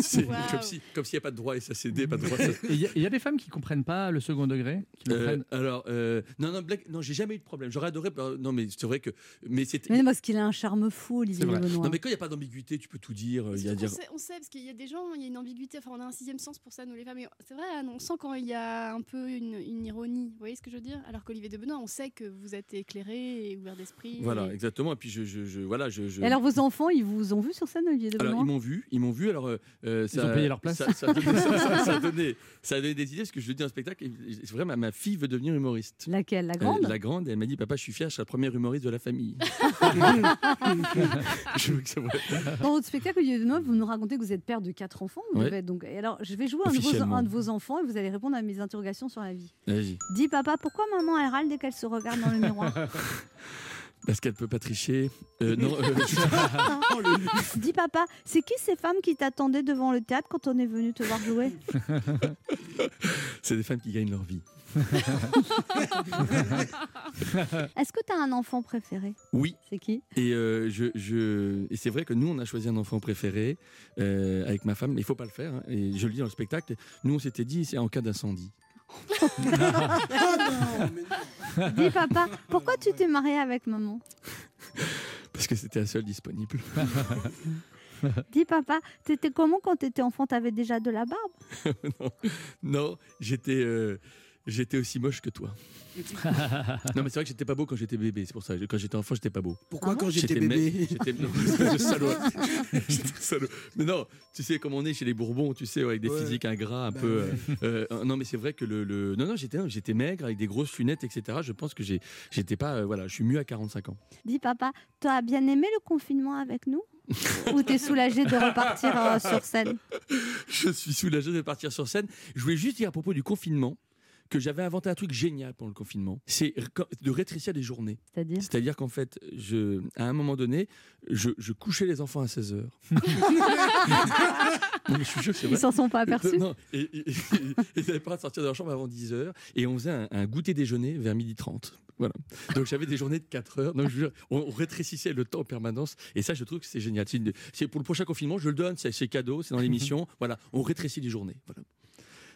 [SPEAKER 17] C'est comme si- comme s'il n'y a pas de droit et ça c'est des pas de droit. ça-
[SPEAKER 18] Il y, a- y a des femmes qui comprennent pas le second degré, qui le
[SPEAKER 17] Euh,
[SPEAKER 18] prennent.
[SPEAKER 17] alors euh, non non blague, non j'ai jamais eu de problème. J'aurais adoré. euh, Non mais c'est vrai que mais c'était.
[SPEAKER 3] Mais non, parce qu'il a un charme fou, Olivier
[SPEAKER 17] c'est vrai.
[SPEAKER 3] Mmh, Benoît.
[SPEAKER 17] Non mais quand il n'y a pas d'ambiguïté, tu peux tout dire. euh, Il y a
[SPEAKER 4] On
[SPEAKER 17] dire.
[SPEAKER 4] sait, on sait, parce qu'il y a des gens, il y a une ambiguïté, enfin on a un sixième sens pour ça, nous les femmes. et C'est vrai, Anne, on sent quand il y a un peu une, une ironie, vous voyez ce que je veux dire Alors qu'Olivier de Benoît, on sait que vous êtes éclairé et ouvert d'esprit.
[SPEAKER 17] Voilà exactement. Et puis je, je- je- voilà je. je-
[SPEAKER 3] Et alors, vos enfants, ils vous ont vu sur scène, Olivier de
[SPEAKER 17] Alors,
[SPEAKER 3] Benoît
[SPEAKER 17] ils m'ont vu, ils m'ont vu. Alors, euh, euh, ça,
[SPEAKER 18] ont payé leur place
[SPEAKER 17] Ça, ça donnait, ça- ça- ça donnait- ça donnait des idées parce que je le dis en spectacle. et C'est vrai, ma, ma fille veut devenir humoriste.
[SPEAKER 3] Laquelle La
[SPEAKER 17] Euh,
[SPEAKER 3] grande
[SPEAKER 17] La grande. Et elle m'a dit, papa, je suis fier, je suis la première humoriste de la
[SPEAKER 3] [LAUGHS]
[SPEAKER 17] famille. [LAUGHS] je veux que ça voit.
[SPEAKER 3] Dans votre spectacle, Olivier de Benoît, vous nous racontez que vous êtes père de quatre enfants. Vous
[SPEAKER 17] Ouais.
[SPEAKER 3] devez être donc... et alors, je vais jouer un de, vos,
[SPEAKER 17] Officiellement.
[SPEAKER 3] un de vos enfants et vous allez répondre à mes interrogations sur la vie.
[SPEAKER 17] Vas-y.
[SPEAKER 3] Dis papa, pourquoi maman elle râle dès qu'elle se regarde dans
[SPEAKER 17] [LAUGHS]
[SPEAKER 3] le miroir
[SPEAKER 17] Parce qu'elle peut pas tricher. Euh, non. euh, [LAUGHS]
[SPEAKER 3] Dis papa, c'est qui ces femmes qui t'attendaient devant le théâtre quand on est venu te voir jouer
[SPEAKER 17] C'est des femmes qui gagnent leur vie. Euh.
[SPEAKER 3] Est-ce que t'as un enfant préféré
[SPEAKER 17] Oui.
[SPEAKER 3] C'est qui
[SPEAKER 17] Et, euh, je, je- et c'est vrai que nous, on a choisi un enfant préféré euh, avec ma femme, mais il faut pas le faire. hein. et je le dis dans le spectacle. Nous, on s'était dit, c'est en cas d'incendie.
[SPEAKER 3] Dis papa, pourquoi tu t'es marié avec maman
[SPEAKER 17] [LAUGHS] Parce que c'était la seule disponible.
[SPEAKER 3] Dis papa, t'étais comment quand t'étais enfant T'avais déjà de la barbe
[SPEAKER 17] [LAUGHS] non, non, j'étais euh, j'étais aussi moche que
[SPEAKER 15] [LAUGHS]
[SPEAKER 17] toi. non mais c'est vrai que j'étais pas beau quand j'étais bébé, c'est pour ça. Quand j'étais enfant, j'étais pas beau.
[SPEAKER 15] Pourquoi Ah bon quand j'étais
[SPEAKER 17] ma-
[SPEAKER 15] bébé [LAUGHS]
[SPEAKER 17] J'étais non, [LAUGHS] espèce de salaud. J'étais salaud. Mais non, tu sais comme on est chez les Bourbons, tu sais, ouais, avec des
[SPEAKER 15] Ouais.
[SPEAKER 17] physiques ingrats un
[SPEAKER 15] Bah
[SPEAKER 17] peu.
[SPEAKER 15] ouais.
[SPEAKER 17] euh, euh, non mais c'est vrai que le, le- non non j'étais non, j'étais maigre avec des grosses lunettes etc. Je pense que j'ai j'étais pas euh, voilà, je suis mieux à 45 ans.
[SPEAKER 3] Dis papa, t'as bien aimé le confinement avec nous Ou t'es soulagé de repartir euh, sur scène
[SPEAKER 17] Je suis soulagé de partir sur scène. Je voulais juste dire à propos du confinement que j'avais inventé un truc génial pendant le confinement. C'est ré- de rétrécir les journées.
[SPEAKER 3] C'est-à-dire
[SPEAKER 17] C'est-à-dire qu'en fait, je, à un moment donné, je, je couchais les enfants à 16h.
[SPEAKER 3] [LAUGHS]
[SPEAKER 17] je suis sûr que c'est
[SPEAKER 3] Ils
[SPEAKER 17] vrai. Euh,
[SPEAKER 3] s'en sont pas aperçus
[SPEAKER 17] Non, et, et- [LAUGHS] et- et ils n'avaient pas le droit de sortir de leur chambre avant 10h. Et on faisait un, un goûter déjeuner vers 12h30. Voilà. Donc j'avais des journées de 4 heures. Non, je vous jure, on, on rétrécissait le temps en permanence. Et ça, je trouve que c'est génial. C'est une- c'est pour le prochain confinement, je le donne, c'est c'est cadeau, c'est dans
[SPEAKER 3] [LAUGHS]
[SPEAKER 17] l'émission. Voilà, on rétrécit les journées. Voilà.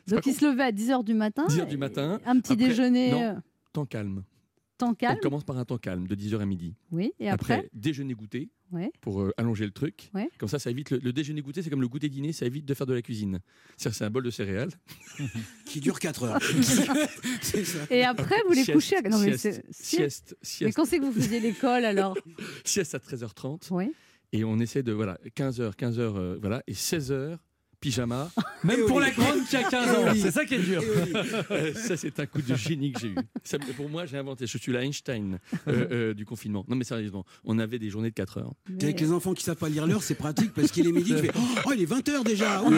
[SPEAKER 3] Donc il se levait à 10h du matin.
[SPEAKER 17] 10h du matin.
[SPEAKER 3] Ah, Un petit déjeuner,
[SPEAKER 17] non,
[SPEAKER 3] euh,
[SPEAKER 17] temps calme.
[SPEAKER 3] Temps calme.
[SPEAKER 17] On commence par un temps calme, de 10h à midi.
[SPEAKER 3] Oui, et après,
[SPEAKER 17] déjeuner goûter [LAUGHS]
[SPEAKER 3] Ouais.
[SPEAKER 17] pour euh, allonger le truc.
[SPEAKER 3] Ouais.
[SPEAKER 17] Comme ça, ça évite le, le déjeuner goûter, c'est comme le goûter dîner, ça évite de faire de la cuisine. C'est c'est un bol de céréales [LAUGHS] qui dure 4 [LAUGHS] heures.
[SPEAKER 3] Et après, vous les
[SPEAKER 17] Sieste,
[SPEAKER 3] couchez. à- Non, mais
[SPEAKER 17] sieste,
[SPEAKER 3] c'est- si.
[SPEAKER 17] sieste,
[SPEAKER 3] Mais
[SPEAKER 17] sieste.
[SPEAKER 3] quand c'est que vous faisiez l'école alors [LAUGHS]
[SPEAKER 17] sieste à 13h30.
[SPEAKER 3] Oui.
[SPEAKER 17] Et on essaie de voilà 15h, 15h, euh, voilà et 16h pyjama.
[SPEAKER 18] Même
[SPEAKER 17] [LAUGHS] Et
[SPEAKER 18] pour
[SPEAKER 17] au
[SPEAKER 18] la
[SPEAKER 17] lit.
[SPEAKER 18] grande qui a 15
[SPEAKER 17] Et au
[SPEAKER 18] ans,
[SPEAKER 17] lit.
[SPEAKER 18] c'est ça qui est dur.
[SPEAKER 17] Et au lit. [LAUGHS] Euh, ça, c'est un coup de génie que j'ai eu. Ça, pour moi, j'ai inventé. Je suis l'Einstein euh, euh, du confinement. Non, mais sérieusement, on avait des journées de 4 heures.
[SPEAKER 15] Et Avec les enfants qui savent pas lire l'heure, c'est pratique parce qu'il est midi, tu fais Oh, oh, il est 20h déjà ouh.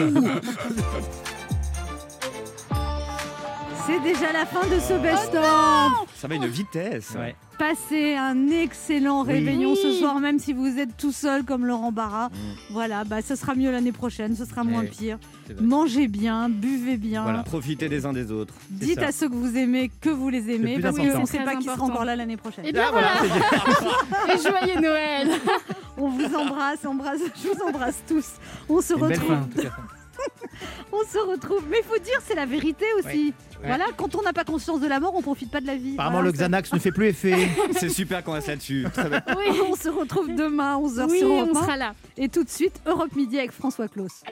[SPEAKER 3] C'est déjà la fin de ce
[SPEAKER 17] Oh
[SPEAKER 3] best-of.
[SPEAKER 5] Ça va une vitesse.
[SPEAKER 3] Passez un excellent
[SPEAKER 5] Oui.
[SPEAKER 3] réveillon
[SPEAKER 5] Oui.
[SPEAKER 3] ce soir, même si vous êtes tout seul comme Laurent Barra.
[SPEAKER 17] Mm.
[SPEAKER 3] Voilà, bah, ce sera mieux l'année prochaine, ce
[SPEAKER 17] Eh
[SPEAKER 3] sera moins
[SPEAKER 5] Ouais.
[SPEAKER 3] pire.
[SPEAKER 5] C'est vrai.
[SPEAKER 3] Mangez bien, buvez bien.
[SPEAKER 5] Voilà, profitez des uns des autres. C'est
[SPEAKER 3] Ah. Dites
[SPEAKER 5] ça.
[SPEAKER 3] à ceux que vous aimez que vous les aimez,
[SPEAKER 5] plus
[SPEAKER 3] parce que
[SPEAKER 5] important.
[SPEAKER 3] je ne
[SPEAKER 5] C'est
[SPEAKER 3] sais
[SPEAKER 4] très
[SPEAKER 3] pas qui sera
[SPEAKER 4] important.
[SPEAKER 3] encore là l'année prochaine.
[SPEAKER 4] Eh bien, Ah, voilà. [LAUGHS] Et joyeux Noël
[SPEAKER 3] [LAUGHS] On vous embrasse, embrasse, je vous embrasse tous. On se
[SPEAKER 18] Une belle
[SPEAKER 3] retrouve.
[SPEAKER 18] fin, en tout cas.
[SPEAKER 3] [LAUGHS] On se retrouve. Mais il faut dire, c'est la vérité aussi. Voilà, quand on n'a pas conscience de la mort, on profite pas de la vie.
[SPEAKER 11] Apparemment,
[SPEAKER 3] Voilà,
[SPEAKER 11] le
[SPEAKER 3] ça-
[SPEAKER 11] Xanax ne fait plus effet.
[SPEAKER 5] C'est super qu'on reste là-dessus. Très bien.
[SPEAKER 3] Oui, [LAUGHS] on se retrouve demain 11h
[SPEAKER 4] Oui,
[SPEAKER 3] sur
[SPEAKER 4] on
[SPEAKER 3] Europe 1.
[SPEAKER 4] sera là.
[SPEAKER 3] Et tout de suite, Europe Midi avec François Claus.